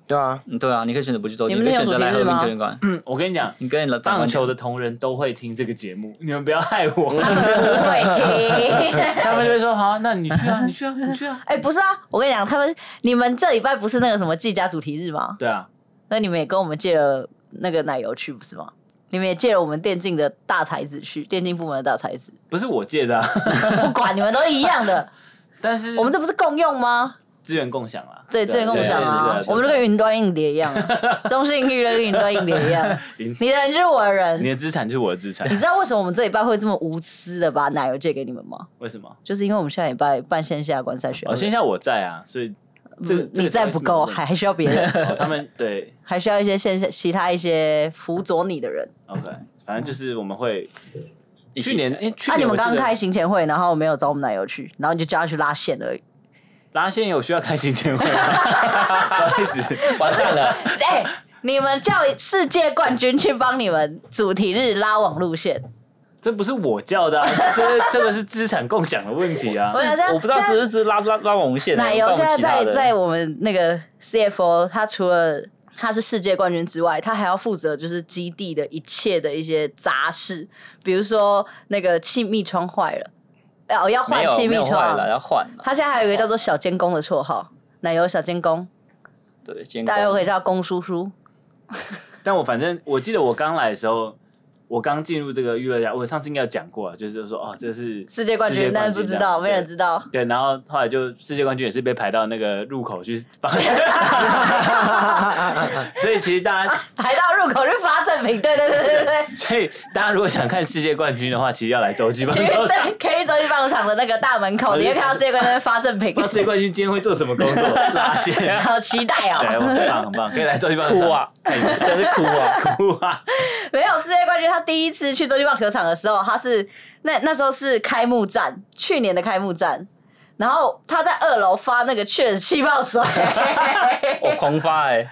Speaker 2: 对啊，
Speaker 1: 嗯，对啊，你可以选择不去周记，
Speaker 5: 你们
Speaker 1: 可以
Speaker 5: 那有
Speaker 1: 选择来
Speaker 5: 主题日
Speaker 1: 和平
Speaker 5: 吗
Speaker 1: 球员馆。
Speaker 4: 嗯我跟你讲，
Speaker 1: 你跟你的长
Speaker 4: 棒
Speaker 1: 官
Speaker 4: 球
Speaker 1: 讲
Speaker 4: 的同仁都会听这个节 目，你们不要害我。
Speaker 3: 嗯会听。
Speaker 4: 他们就会说：“好啊，那你去 啊，你去啊，你去啊。
Speaker 3: 哎、不是啊，我跟你讲，他们你们这礼拜不是那个什么季家主题日吗”？
Speaker 4: 对啊，
Speaker 3: 那你们也跟我们借了那个奶油去，不是吗？你们也借了我们电竞的大才子去，电竞部门的大才子，
Speaker 4: 不是我借的啊，
Speaker 3: 不管你们都一样的，
Speaker 4: 但是
Speaker 3: 我们这不是共用吗？
Speaker 4: 资源共享啊，
Speaker 3: 对，资源共享
Speaker 4: 对对
Speaker 3: 啊
Speaker 4: 对，对
Speaker 3: 我们就跟云端硬碟一样 啊，中信娱乐跟云端硬碟一样，
Speaker 4: 云
Speaker 3: 你的人就是我的人
Speaker 4: 你。的资产就是我的资产
Speaker 3: 你，知道为什么我们这礼拜会这么无私的把奶油借给你们吗？
Speaker 4: 为什么？
Speaker 3: 就是因为我们下礼拜办线下观赛学
Speaker 4: 哦，
Speaker 3: 会，
Speaker 4: 线下我在啊，所以这个
Speaker 3: 嗯你再不够，还还需要别人。
Speaker 4: 哦他们对
Speaker 3: 还需要一些线下其他一些辅佐你的人。
Speaker 4: OK，反正就是我们会
Speaker 1: 一起
Speaker 4: 去年哎，去
Speaker 3: 啊，
Speaker 4: 年
Speaker 3: 你们
Speaker 4: 我记
Speaker 3: 刚
Speaker 4: 得
Speaker 3: 开行前会，然后没有找我们奶油去，然后你就叫他去拉线而已。
Speaker 4: 拉线有需要开新签会吗？不好意思，
Speaker 1: 完蛋了，
Speaker 3: 哎、你们叫世界冠军去帮你们主题日拉网路线，
Speaker 4: 这不是我叫的啊，这这个是资产共享的问题啊。
Speaker 3: 我想说
Speaker 1: 我不知道
Speaker 3: 现在
Speaker 1: 只是只拉拉拉网无限啊。
Speaker 3: 奶油
Speaker 1: 我
Speaker 3: 现
Speaker 1: 办不起
Speaker 3: 在
Speaker 1: 他
Speaker 3: 在
Speaker 1: 的
Speaker 3: 在我们那个 CFO，他除了他是世界冠军之外，他还要负责就是基地的一切的一些杂事，比如说那个气密窗坏了，哦要
Speaker 1: 没
Speaker 3: 换
Speaker 1: 有
Speaker 3: 气
Speaker 1: 没
Speaker 3: 密
Speaker 1: 有坏
Speaker 3: 窗，
Speaker 1: 了，要换了。
Speaker 3: 他现在还有一个叫做小监工的绰号，奶油小监工，
Speaker 1: 对，监
Speaker 3: 大家又可以
Speaker 1: 工
Speaker 3: 叫龚叔叔。
Speaker 4: 但我反正我记得我刚来的时候，我刚进入这个娱乐家，我上次应该有讲过啊，就是说哦，这是
Speaker 3: 世界冠军，但是不知道，没人
Speaker 4: 道。
Speaker 3: 知道。
Speaker 4: 对，然后后来就世界冠军也是被排到那个入口去放， 所以其实大 家，
Speaker 3: 排到入口去发赠品，对对对对对。
Speaker 4: 所以大家如果想看世界冠军的话，其实要来洲际棒
Speaker 3: 体育
Speaker 4: 球场。
Speaker 3: 对 K 洲际棒球场的那个大门口，
Speaker 4: 我就
Speaker 3: 你会看到世界冠军发赠品
Speaker 4: 不，知道世界冠军今天会做什么工作？拉 线，
Speaker 3: 好期待
Speaker 4: 对，
Speaker 3: 哦！
Speaker 4: 很棒很棒，可以来洲际哎棒球 场
Speaker 1: 哭啊，真是哭啊！
Speaker 4: 哭啊！
Speaker 3: 没有世界冠军，他第一次去洲际棒球场的时候，他是那那时候是开幕战，去年的开幕战，然后他在二楼发那个雀气 泡水，
Speaker 1: 我狂发哎，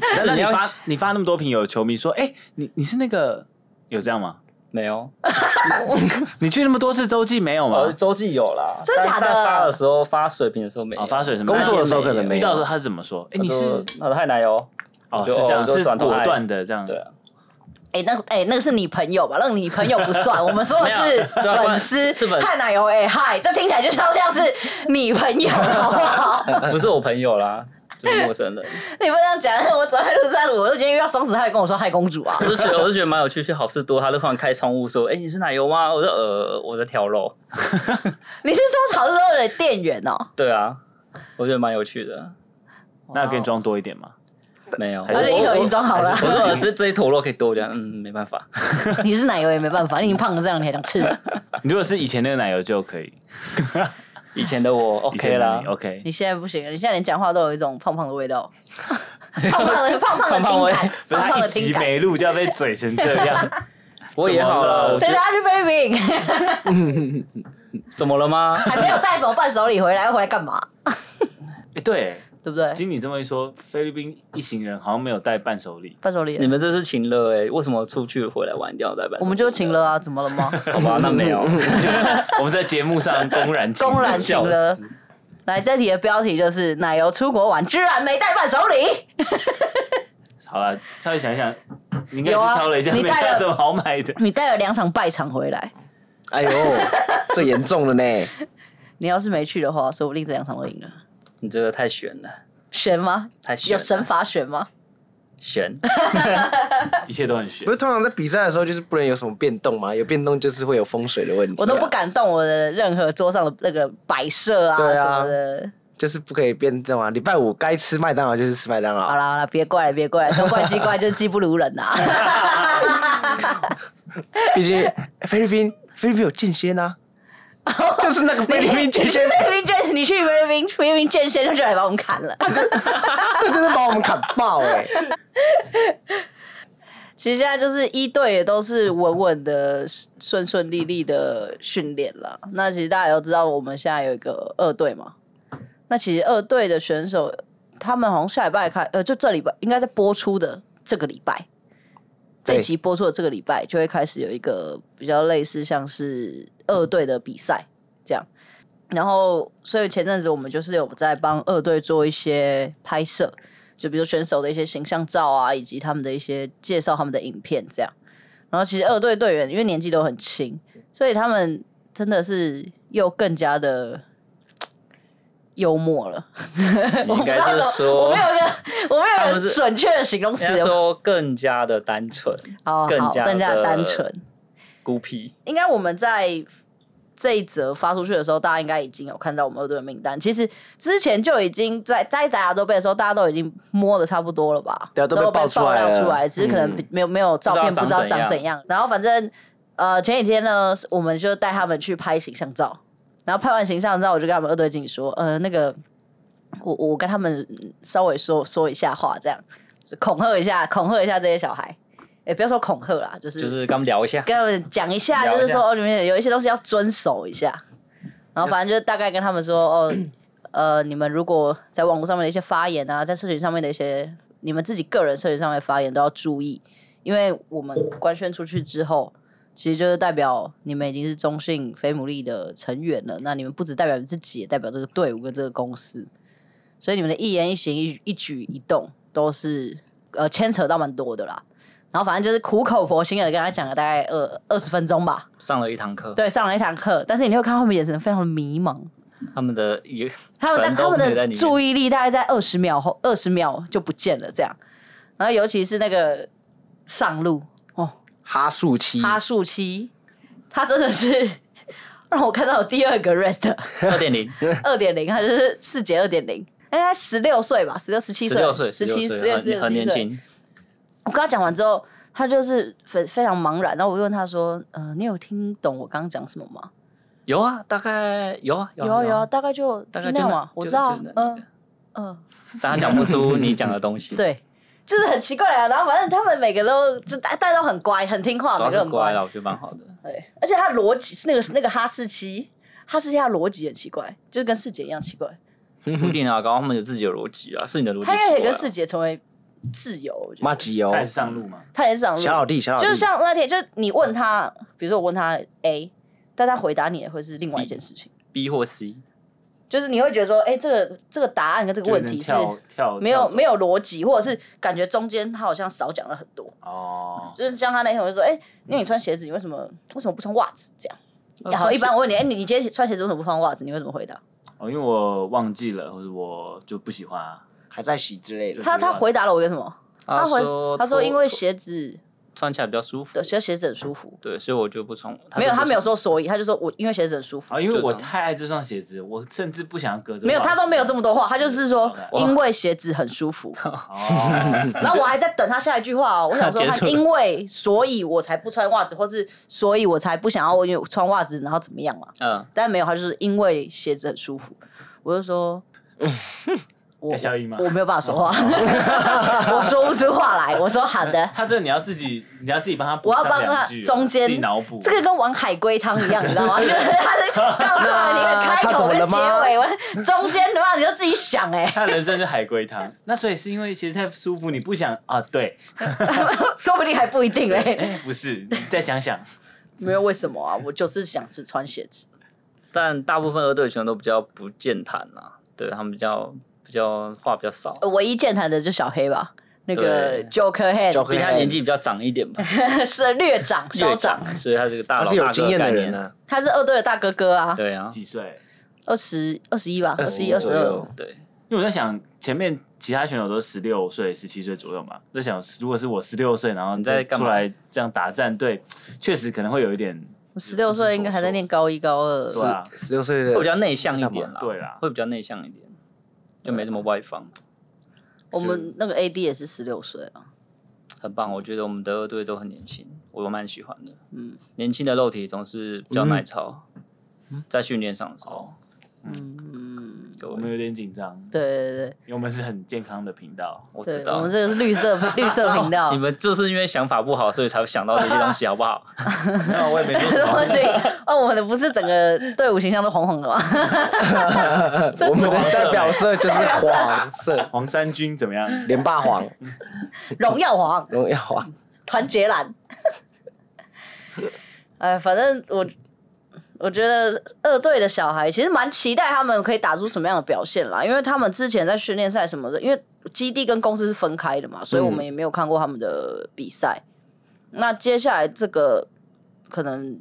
Speaker 4: 那
Speaker 1: 是
Speaker 4: 你
Speaker 1: 你要
Speaker 4: 发你发那么多瓶，有球迷说，哎、你你是那个有这样吗？
Speaker 1: 没有，
Speaker 4: 你去那么多次洲际没有
Speaker 1: 哦，
Speaker 4: 吗？
Speaker 1: 周记有啦，
Speaker 3: 真假的
Speaker 1: 但但发的时候哦发水平的时候没有
Speaker 4: 啊，发水什么？
Speaker 2: 工作的时候可能没
Speaker 4: 遇
Speaker 2: 有
Speaker 4: 到的时候他是怎么说？哎、
Speaker 1: 他
Speaker 4: 你是
Speaker 1: 说那太奶油，
Speaker 4: 哦
Speaker 1: 我
Speaker 4: 是
Speaker 1: 就
Speaker 4: 这
Speaker 1: 哦
Speaker 4: 样，
Speaker 1: 就是转头
Speaker 4: 果
Speaker 1: 爱
Speaker 4: 断的这样。
Speaker 1: 对啊，
Speaker 3: 哎、那个哎、那个是你朋友吧？那个你朋友不算，我们说的
Speaker 1: 没
Speaker 3: 是
Speaker 1: 有对啊
Speaker 3: 粉丝，
Speaker 1: 是是粉丝
Speaker 3: 嗨奶油哎、嗨，这听起来就超像是你朋友，好不好？
Speaker 1: 不是我朋友啦，就是陌生 人。
Speaker 3: 你不能这样讲，我走在路上，我都今天遇到双子，他也跟我说嗨公主啊
Speaker 1: 我。就觉得我就觉得蛮有趣，去好事多，他就突然开窗户说：“哎、你是奶油吗？”我说：“呃，我在挑肉。
Speaker 3: 你是说陶乐的店员哦”？
Speaker 1: 对啊，我觉得蛮有趣的。
Speaker 4: 那给你装多一点嘛？
Speaker 1: 没有，
Speaker 3: 而且哦一盒已经装好了
Speaker 1: 我，说呃这这一坨肉可以多一点，嗯，没办法，
Speaker 3: 你是奶油也没办法，你已经胖成这样，你还想吃？
Speaker 4: 你如果是以前那个奶油就可以
Speaker 1: 以前的我
Speaker 4: 以前
Speaker 1: OK
Speaker 4: 的
Speaker 1: 啦
Speaker 4: 你，，OK。
Speaker 3: 你现在不行了，你现在连讲话都有一种胖胖的味道，胖胖的胖胖的
Speaker 1: 胖胖
Speaker 3: 听
Speaker 1: 味
Speaker 3: 感，
Speaker 4: 不是
Speaker 3: 胖胖
Speaker 4: 他
Speaker 3: 的
Speaker 4: 一
Speaker 3: 听
Speaker 4: 集
Speaker 3: 感。
Speaker 4: 没录就要被嘴成这样，
Speaker 1: 我也好
Speaker 4: 怎么了
Speaker 1: 了，我觉
Speaker 3: 谁
Speaker 1: 得
Speaker 3: 带他去菲律宾？
Speaker 1: 怎么了吗？
Speaker 3: 还没有带什么伴手礼回来，要回来干嘛？
Speaker 4: 哎， 对，
Speaker 3: 对不对？
Speaker 4: 经你这么一说，菲律宾一行人好像没有带伴手礼，
Speaker 3: 伴手礼
Speaker 1: 你，们这是情乐哎、为什么出去回来玩掉再办？
Speaker 3: 我们就请了啊，怎么了吗？
Speaker 1: 好吧，那没有，
Speaker 4: 我们在节目上公然请
Speaker 3: 公然请
Speaker 1: 笑
Speaker 3: 了
Speaker 1: 死。
Speaker 3: 来，这题的标题就是“奶油出国玩居然没带伴手礼
Speaker 4: 好了，稍微想一想，你应该是
Speaker 3: 有啊
Speaker 4: 挑了一下，
Speaker 3: 你
Speaker 4: 没
Speaker 3: 带了
Speaker 4: 带什么好买的”，。
Speaker 3: 你带了两场败场回来。
Speaker 2: 哎 呦，这严重了呢。
Speaker 3: 你要是没去的话，说不定这两场都赢了。
Speaker 1: 你这个太悬了，
Speaker 3: 悬吗？
Speaker 1: 太悬
Speaker 3: 有
Speaker 1: 了，
Speaker 3: 神罚悬吗？
Speaker 1: 悬，
Speaker 4: 一切都很悬
Speaker 2: 不。是通常在比赛的时候就是不能有什么变动嘛，有变动就是会有风水的问题啊、
Speaker 3: 我都不敢动我的任何桌上的那个摆设啊
Speaker 2: 对
Speaker 3: 什
Speaker 2: 啊
Speaker 3: 么的。
Speaker 2: 就是不可以变动啊。礼拜五该吃麦当劳就是吃麦当
Speaker 3: 好
Speaker 2: 劳，
Speaker 3: 啦好啦，别怪了别怪了，东怪西怪就技不如人呐、
Speaker 2: 毕竟菲律宾菲律宾有间 歇呐、就是那个菲律宾间歇，
Speaker 3: 菲律宾剑，你去菲律宾菲律宾剑仙就来把我们砍了。
Speaker 2: 他真的把我们砍爆哎、
Speaker 3: 其实现在就是一队也都是稳稳的、顺顺利利的训练了。那其实大家都知道，我们现在有一个二队嘛。那其实二队的选手，他们好像下礼拜开，呃，就这礼拜应该在播出的这个礼拜，这
Speaker 2: 对
Speaker 3: 一集播出的这个礼拜就会开始有一个比较类似像是二队的比赛这样。然后，所以前阵子我们就是有在帮二队做一些拍摄，就比如选手的一些形象照啊，以及他们的一些介绍他们的影片这样。然后其实二队队员因为年纪都很轻，所以他们真的是又更加的幽默了。
Speaker 1: 你应该是
Speaker 3: 我
Speaker 1: 说
Speaker 3: 没，有一个，我没
Speaker 1: 他
Speaker 3: 有
Speaker 1: 们
Speaker 3: 一个
Speaker 1: 是
Speaker 3: 准确的形容
Speaker 1: 应
Speaker 3: 词
Speaker 1: 该。说更加的单纯、
Speaker 3: 哦，
Speaker 1: 更
Speaker 3: 好，
Speaker 1: 加
Speaker 3: 更加
Speaker 1: 的
Speaker 3: 单纯。
Speaker 1: 孤僻。
Speaker 3: 应该我们在这一则发出去的时候，大家应该已经有看到我们二队的名单。其实之前就已经在在大家都背的时候，大家都已经摸的差不多了吧？
Speaker 2: 对啊都被
Speaker 3: 有被
Speaker 2: 爆出来
Speaker 3: 料
Speaker 2: 了
Speaker 3: 出来，只是可能
Speaker 2: 嗯
Speaker 3: 比没有没有照片，
Speaker 1: 不
Speaker 3: 不
Speaker 1: 知
Speaker 3: 知
Speaker 1: 道
Speaker 3: 道
Speaker 1: 长
Speaker 3: 长
Speaker 1: 怎
Speaker 3: 怎样。然后反正呃前几天呢，我们就带他们去拍形象照，然后拍完形象照，我就跟他们二队经理说，呃，那个我我跟他们稍微说说一下话，这样恐吓一下，恐吓一下这些小孩。也不要说恐吓啦，
Speaker 1: 就是跟他们聊一下，
Speaker 3: 跟他们讲一下，
Speaker 1: 聊一下
Speaker 3: 就是说哦，你们有一些东西要遵守一下。然后反正就大概跟他们说哦，呃，你们如果在网络上面的一些发言啊，在社群上面的一些你们自己个人社群上面的发言都要注意，因为我们官宣出去之后，其实就是代表你们已经是中信非母利的成员了。那你们不只代表你自己，也代表这个队伍跟这个公司，所以你们的一言一行、一一举一动都是呃牵扯到蛮多的啦。然后反正就是苦口婆心的跟他讲了大概二二十分钟吧，
Speaker 1: 上了一堂课，
Speaker 3: 对，上了一堂课，但是你会看到他们眼神非常的迷茫，
Speaker 1: 他们的也
Speaker 3: 他们
Speaker 1: 神
Speaker 3: 他
Speaker 1: 都
Speaker 3: 们
Speaker 1: 没有在
Speaker 3: 的
Speaker 1: 里面
Speaker 3: 注意力大概在二十秒后，二十秒就不见了这样。然后尤其是那个上路哦，
Speaker 2: 哈树七，
Speaker 3: 哈树七，他真的是 让我看到第二个 rest
Speaker 1: 二点零，
Speaker 3: 二点零，他就是世界二点零。哎，他十六岁吧，十六、十七
Speaker 1: 十
Speaker 3: 岁，
Speaker 1: 六岁，
Speaker 3: 十七、十
Speaker 1: 16
Speaker 3: 六、十
Speaker 1: 岁
Speaker 3: 六、
Speaker 1: 很很年
Speaker 3: 岁。
Speaker 1: 轻，
Speaker 3: 我跟他讲完之后，他就是非非常茫然。然后我就问他说：“呃，你有听懂我刚刚讲什么吗
Speaker 1: 有啊，大概有啊，？”有
Speaker 3: 有啊有啊，
Speaker 1: 啊，
Speaker 3: 大概就
Speaker 1: 大概
Speaker 3: 就
Speaker 1: 就
Speaker 3: 那样
Speaker 1: 那
Speaker 3: 嘛，我
Speaker 1: 就
Speaker 3: 知道
Speaker 1: 就
Speaker 3: 啊
Speaker 1: 那，
Speaker 3: 嗯嗯，
Speaker 1: 大家讲不出你讲的东西，，
Speaker 3: 对，就是很奇怪啊。然后反正他们每个都就大大家都很乖，很听话，
Speaker 1: 主
Speaker 3: 每
Speaker 1: 要
Speaker 3: 个
Speaker 1: 是
Speaker 3: 很
Speaker 1: 乖了，我觉得蛮好的。
Speaker 3: 对，而且他的逻辑是那个那个哈士奇，哈士奇他的逻辑很奇怪，就是跟世姐一样奇怪。
Speaker 1: 不一定啊，搞不好他们有自己的逻辑啊，是你的逻辑奇怪
Speaker 3: 他
Speaker 1: 啊。
Speaker 3: 也可以跟世姐成为室友，我觉得
Speaker 2: 马吉哦，
Speaker 4: 开始上路嘛，
Speaker 3: 他也是想
Speaker 2: 小老弟，小老弟，
Speaker 3: 就是像那天，就是你问他，比如说我问他 A，但他回答你也会是另外一
Speaker 1: 嗯
Speaker 3: 件事情，
Speaker 1: B 或 C，
Speaker 3: 就是你会觉得说，哎、这个这个答案跟这个问题是
Speaker 4: 就有点跳
Speaker 1: 哦
Speaker 4: 跳
Speaker 3: 没有
Speaker 4: 跳走
Speaker 3: 没有逻辑，或者是感觉中间他好像少讲了很多。
Speaker 4: 哦，
Speaker 3: 就是像他那天我就说，哎、那你穿鞋子，你为什么为什么不穿袜子？这样。
Speaker 1: 那
Speaker 3: 然后
Speaker 1: 穿
Speaker 3: 一般我问你，哎、你你今天穿鞋子为什么不穿袜子？你会怎么回答？
Speaker 4: 哦，因为我忘记了，或者我就不喜欢啊。
Speaker 2: 还在洗之类的。
Speaker 3: 他他回答了我一个什么？
Speaker 1: 啊他
Speaker 3: 回
Speaker 1: 说
Speaker 3: 他说因为
Speaker 1: 脱
Speaker 3: 鞋子，
Speaker 1: 穿起来比较舒服
Speaker 3: 对，，觉得鞋子很舒服。
Speaker 1: 对，所以我就不穿。
Speaker 3: 没有，他没有
Speaker 1: 说，
Speaker 3: 说所以，他就说我因为鞋子很舒服
Speaker 4: 啊，。因为
Speaker 1: 就这
Speaker 4: 我
Speaker 1: 样
Speaker 4: 太爱这双鞋子，我甚至不想要
Speaker 1: 啊
Speaker 4: 隔着袜子。
Speaker 3: 没有，他都没有这么多话，他就是说
Speaker 4: 哇
Speaker 3: 因为鞋子很 舒服。
Speaker 4: 哦，
Speaker 3: 然后我还在等他下一句话哦，我想说
Speaker 1: 结束
Speaker 3: 他
Speaker 1: 了
Speaker 3: 因为所以我才不穿袜子，或是所以我才不想要因为穿袜子，然后怎么样嘛？
Speaker 1: 嗯，
Speaker 3: 但没有，他就是因为鞋子很舒服，我就说，我
Speaker 4: 要消音吗
Speaker 3: 我没有办法说话， 我说不出话来，我说好 的。
Speaker 4: 他这你要自己，你要自己帮他补
Speaker 3: 我要
Speaker 4: 上
Speaker 3: 帮他
Speaker 4: 两句啊，
Speaker 3: 中间
Speaker 4: 自己脑补
Speaker 3: 这个跟玩海龟汤一样，你知道吗？就是他是告诉了你一个开头跟结尾，我中间的话你就自己想哎、
Speaker 4: 他人生是海龟汤，那所以是因为鞋子太舒服，你不想啊？对，
Speaker 3: 说不定还不一定嘞。
Speaker 4: 哎，不是，你再想想，
Speaker 3: 没有为什么啊，我就是想只穿鞋子。
Speaker 1: 但大部分二队拳都比较不健谈啊，对他们比较比较话比较少，
Speaker 3: 呃唯一健谈的就小黑吧，那个
Speaker 1: 对
Speaker 3: Joker Hand
Speaker 2: Joker
Speaker 1: 比他年纪比较长一点吧，
Speaker 3: 是略长稍
Speaker 1: 略
Speaker 3: 长，，
Speaker 1: 所以他是个大
Speaker 2: 他
Speaker 1: 佬
Speaker 2: 是有经验的人
Speaker 1: 啊。
Speaker 2: 呢，
Speaker 3: 他是二队的大哥哥啊，
Speaker 1: 对啊，
Speaker 4: 几岁？
Speaker 3: 二十二十一吧，二十一二十
Speaker 2: 左
Speaker 3: 二
Speaker 2: 右，
Speaker 1: 对，
Speaker 4: 因为我在想，前面其他选手都十六岁、十七岁左右嘛，在想如果是我十六岁，然后
Speaker 1: 你在干
Speaker 4: 出
Speaker 1: 嘛
Speaker 4: 来这样打战队，确实可能会有一点，
Speaker 3: 我十六岁应该还在念高一高二，
Speaker 4: 对啊，
Speaker 2: 十六岁
Speaker 1: 会比
Speaker 2: 的，
Speaker 1: 较内向一点啦，
Speaker 4: 对
Speaker 2: 啊
Speaker 4: 啦
Speaker 1: 会比较内向一点，就没这么外放，
Speaker 3: 我们那个 AD 也是十六岁啊，
Speaker 1: 很棒。我觉得我们的二队都很年轻，我蛮喜欢的。
Speaker 3: 嗯
Speaker 1: 年轻的肉体总是比较耐操，
Speaker 2: 嗯
Speaker 1: 在训练上的时
Speaker 2: 哦
Speaker 1: 候，
Speaker 3: 嗯，
Speaker 1: 各
Speaker 4: 我
Speaker 1: 位
Speaker 4: 们有点紧张，
Speaker 3: 对对对
Speaker 4: 因为我们是很健康的频道。
Speaker 1: 我知
Speaker 3: 对，
Speaker 1: 道
Speaker 3: 我们这个是绿啊色绿色频道
Speaker 1: 你，们就是因为想法不好，所以才会想到这些东西，好不好？
Speaker 4: 没有，我也没说什
Speaker 3: 不
Speaker 4: 么。
Speaker 3: 行哦，我们的不是整个队伍形象都黄黄的吗？
Speaker 2: 我们的代表色就是 黄色，
Speaker 4: 黄山军怎么样？
Speaker 2: 连霸黄，
Speaker 3: 荣耀黄，
Speaker 2: 荣耀黄，
Speaker 3: 团结蓝。哎，反正我我觉得二队的小孩其实蛮期待他们可以打出什么样的表现啦，因为他们之前在训练赛什么的，因为基地跟公司是分开的嘛，所以我们也没有看过他们的比赛。那接下来这个可能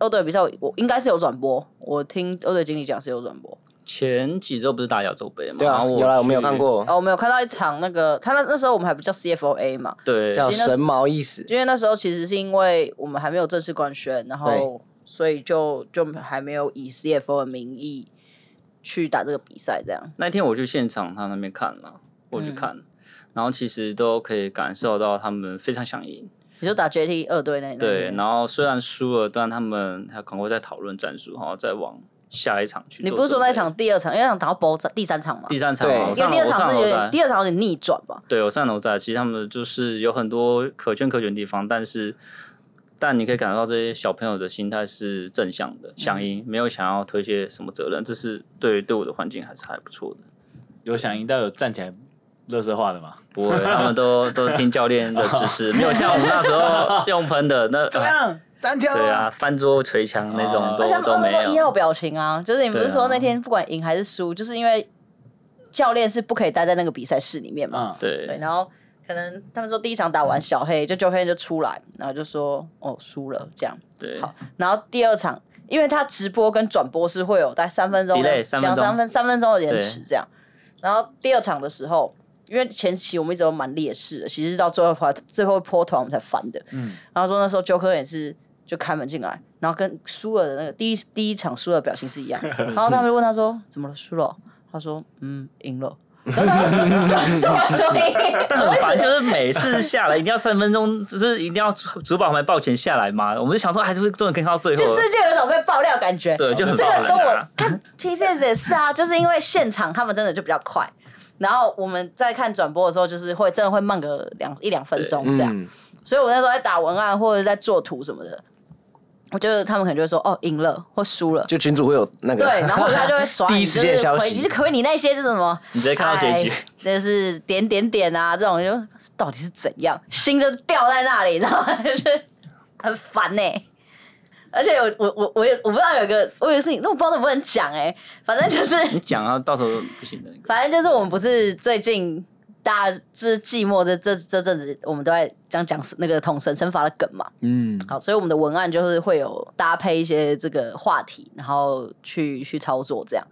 Speaker 3: 二队比赛，我应该是有转播，我听二队经理讲是有转播。
Speaker 1: 前几周不是打亚洲杯嘛？
Speaker 2: 对
Speaker 1: 然
Speaker 2: 啊，
Speaker 1: 后
Speaker 2: 有啦，我们有
Speaker 1: 去
Speaker 2: 看。过，
Speaker 3: 哦，我们有看到一场那个，他那那时候我们还不叫 CFOA 嘛，
Speaker 1: 对，
Speaker 2: 叫
Speaker 3: 其实那是
Speaker 2: 神毛意识，
Speaker 3: 因为那时候其实是因为我们还没有正式官宣，然
Speaker 2: 对
Speaker 3: 后所以就就还没有以 CFO 的名义去打这个比赛，这样
Speaker 1: 那天我去现场他那边看了，我
Speaker 3: 嗯
Speaker 1: 去看，然后其实都可以感受到他们非常想赢。
Speaker 3: 你就打 JT 二队那
Speaker 1: 对，
Speaker 3: 那
Speaker 1: 然后虽然输了，但他们还赶快在讨论战术，然后再往下一场去做准备。
Speaker 3: 你不是说那一场第二场，因为那场打到 b 第三场嘛？
Speaker 1: 第三场
Speaker 2: 对
Speaker 1: 嘛？我
Speaker 3: 因为
Speaker 1: 上
Speaker 3: 第二
Speaker 1: 楼
Speaker 3: 场
Speaker 1: 上
Speaker 3: 是有
Speaker 1: 楼
Speaker 3: 点，
Speaker 1: 在，
Speaker 3: 第二场有点逆转嘛。
Speaker 1: 对我上楼在。其实他们就是有很多可圈可点的地方，但是但你可以感受到这些小朋友的心态是正向的，
Speaker 3: 嗯
Speaker 1: 想赢，没有想要推卸什么责任，这是对队伍的环境还是还不错的。
Speaker 4: 有想赢到有站起来乐色化的吗？
Speaker 1: 不会，他们都都听教练的指示，没有像我们那时 候用喷的那。
Speaker 4: 样？单挑
Speaker 1: 对啊，翻桌捶墙那种
Speaker 4: 哦
Speaker 1: 都
Speaker 3: 而且他们
Speaker 1: 都没
Speaker 3: 二队一号
Speaker 1: 有。
Speaker 3: 表情啊，就是你不是说那天不管赢还是输，就是因为教练是不可以待在那个比赛室里面嘛。
Speaker 4: 嗯，
Speaker 3: 对，
Speaker 1: 对，
Speaker 3: 然后可能他们说第一场打完小黑，就九黑就出来，然后就说哦输了这样，
Speaker 1: 对，
Speaker 3: 好，然后第二场，因为他直播跟转播是会有大概三分钟、
Speaker 1: Delay，
Speaker 3: 两
Speaker 1: 三分
Speaker 3: 两
Speaker 1: 钟
Speaker 3: 三分、三分钟的延迟这样。然后第二场的时候，因为前期我们一直都蛮劣势的，其实是到最后一波最后一波团我们才翻的。
Speaker 4: 嗯
Speaker 3: 然后说那时候 Joker 也是就开门进来，然后跟输了的那个第一第一场输了的表情是一 样。然后他们就问他说：“怎么了？输了哦？”他说：“嗯，赢了。”然后他们说 怎么 怎么赢？
Speaker 1: 但很烦，就是每次下来一定要三分钟，就是一定要主主把我们报前下来嘛。我们就想说，还是会终于可以看到最后
Speaker 3: 就
Speaker 1: 了，
Speaker 3: 是就有一种被爆料感觉。
Speaker 1: 对，就很
Speaker 3: 这
Speaker 1: 烦
Speaker 3: 个跟我
Speaker 1: 啊。
Speaker 3: 看 T C S 也是啊，就是因为现场他们真的就比较快，然后我们在看转播的时候，就是会真的会慢个两一两分钟这样。
Speaker 2: 嗯，
Speaker 3: 所以我那时候在打文案或者在做图什么的，我觉得他们可能就会说哦赢了或输了。
Speaker 2: 就群主会有那个，
Speaker 3: 对，然后他就会耍
Speaker 2: 第
Speaker 3: 你，
Speaker 2: 一时间的消息
Speaker 3: 就是回回你那些就是什么，
Speaker 1: 你直接看到结局
Speaker 3: 哎，就是点点点啊，这种就到底是怎样，心就掉在那里，然后就是很烦呢、而且我我我我也我不知道有一个我有一个事情，那我不知道能不能讲哎、反正就是
Speaker 1: 你讲啊，到时候不行的。
Speaker 3: 反正就是我们不是最近大家就是寂寞的这这阵子，我们都在讲讲那个统神惩罚的梗嘛。
Speaker 2: 嗯，
Speaker 3: 好，所以我们的文案就是会有搭配一些这个话题，然后去去操作这样。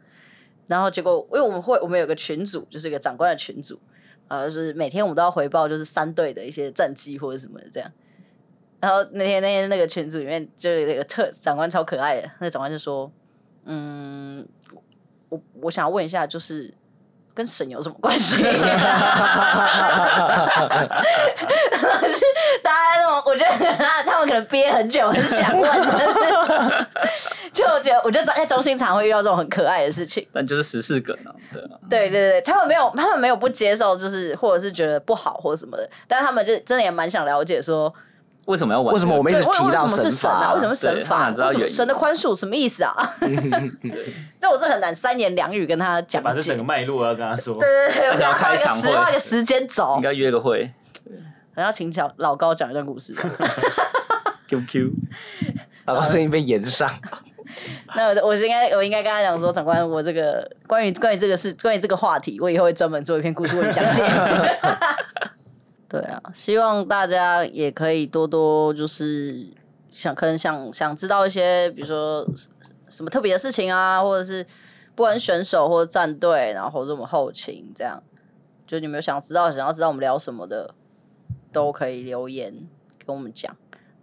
Speaker 3: 然后结果，因为我们会我们有个群组，就是一个长官的群组，呃，就是每天我们都要回报就是三队的一些战绩或者什么的这样。然后那天那天那个群组里面就有一个特长官超可爱的，那长官就说：“嗯，我我想问一下，就是跟神有什么关系？” 大家那种，我觉得他他们可能憋很久，很想 问，但是就我觉得，我觉得在中心常会遇到这种很可爱的事情。
Speaker 1: 但就是十四梗啊，对啊，
Speaker 3: 对对对，他们没有，他们没有不接受，就是或者是觉得不好或者什么的，但他们就真的也蛮想了解说，
Speaker 1: 为什么要玩？
Speaker 2: 为什么我们一直
Speaker 3: 对为
Speaker 2: 提
Speaker 3: 为
Speaker 2: 到
Speaker 3: 什么是
Speaker 2: 法
Speaker 3: 神啊？为什么是神
Speaker 1: 对他们
Speaker 3: 法？
Speaker 1: 想知道
Speaker 3: 为什么
Speaker 1: 原因嗯
Speaker 3: 神的宽恕什么意思啊？ 那我这很难三言两语跟他讲
Speaker 4: 把这
Speaker 3: 解
Speaker 4: 整个。脉络要跟他说。
Speaker 3: 对对对，我
Speaker 1: 那
Speaker 3: 给
Speaker 1: 要
Speaker 3: 他画
Speaker 1: 开
Speaker 3: 一个
Speaker 1: 场
Speaker 3: 时
Speaker 1: 会
Speaker 3: 画一个时间轴
Speaker 1: 应，该约个会
Speaker 3: 然后请小老高讲一段故事。
Speaker 1: ，QQ。
Speaker 2: 然
Speaker 3: 呃
Speaker 2: 后声音被 延上，
Speaker 3: 那我我是应该我应该跟他讲说，长官，我这个关于关于这个事，关于这个话题，我以后会专门做一篇故事为你讲解。 对啊，希望大家也可以多多就是想，可能想想知道一些，比如说什么特别的事情啊，或者是不管是选手或者战队，然后或者我们后勤这样，就你们有想知道想要知道我们聊什么的，都可以留言跟我们讲，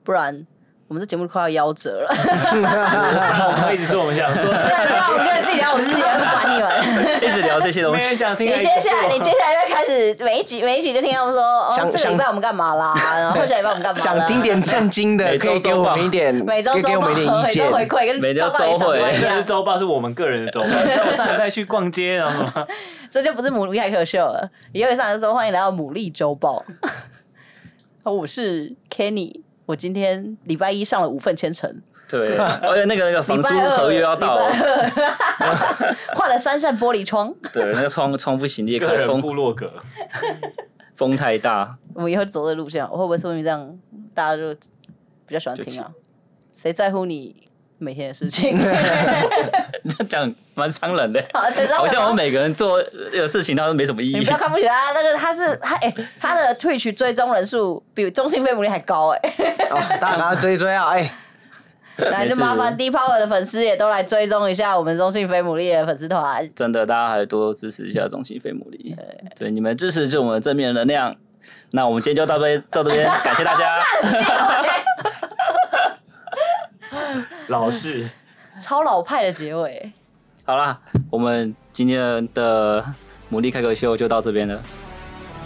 Speaker 3: 不然我们这节目快要夭折了。
Speaker 4: 我
Speaker 3: 啊
Speaker 4: 们一直说我们想 做，
Speaker 3: 对，不然我们就自己聊我们自己，不管你 们。
Speaker 1: 一直聊这些东
Speaker 4: 没
Speaker 1: 西
Speaker 4: 人，想听。啊
Speaker 3: 你接下来，你接下来就会开始每一集每一集就听他们说，哦，
Speaker 2: 想
Speaker 3: 这个礼拜我们干嘛 啦，然后下礼拜我们干嘛啦
Speaker 2: 想听点正经的，
Speaker 1: 每
Speaker 2: 可
Speaker 1: 周
Speaker 2: 以给
Speaker 1: 周
Speaker 2: 我
Speaker 1: 报
Speaker 2: 们一点，
Speaker 3: 每周
Speaker 2: 可以给
Speaker 3: 周
Speaker 2: 我
Speaker 3: 报
Speaker 2: 们一点
Speaker 3: 每
Speaker 2: 意
Speaker 3: 周回
Speaker 2: 见。
Speaker 3: 馈跟
Speaker 1: 每周
Speaker 3: 报告也长
Speaker 1: 周会
Speaker 3: 不一
Speaker 4: 这
Speaker 3: 样
Speaker 4: 是周报是我们个人的周报，像我上礼拜去逛街，然后什么，
Speaker 3: 这就不是牡蛎开口秀了。以后上来说，欢迎来到牡蛎周 报。哦我是 Kenny，我今天礼拜一上了五份千层，
Speaker 1: 对，而且那个那个
Speaker 3: 礼
Speaker 1: 房租
Speaker 3: 拜二
Speaker 1: 合约要到了，
Speaker 3: 礼拜二 换了三扇玻璃窗。
Speaker 1: 对，那个窗窗不行裂
Speaker 4: 个
Speaker 1: 开，
Speaker 4: 人
Speaker 1: 风
Speaker 4: 部落格，
Speaker 1: 风太大，
Speaker 3: 我们以后走这路线，我会不会说明这样大家就比较喜欢听啊？谁在乎你每天的事 情。
Speaker 1: 你这样讲蛮伤人的，
Speaker 3: 好等一下
Speaker 1: 好像我们每个人做的事情，他都没什么意
Speaker 3: 你
Speaker 1: 义
Speaker 3: 不。要看不起他，那个他是他哎、他的 Twitch 追踪人数比中性肺母力还高 哎、
Speaker 2: 哦，大家赶快追追啊！哎，
Speaker 3: 来就麻烦 D Power 的粉丝也都来追踪一下我们中性非母力的粉丝团。
Speaker 1: 真的，大家还多支持一下中心飞牡蛎。对，你们支持就是我们的正面能量。那我们今天就到这边，到这边，感谢大家。
Speaker 4: 老是
Speaker 3: 超老派的结尾，
Speaker 1: 好啦，我们今天的牡蛎开口秀就到这边了。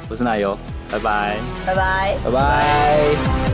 Speaker 1: 我是奶油，拜拜。
Speaker 3: 拜拜。
Speaker 2: 拜拜。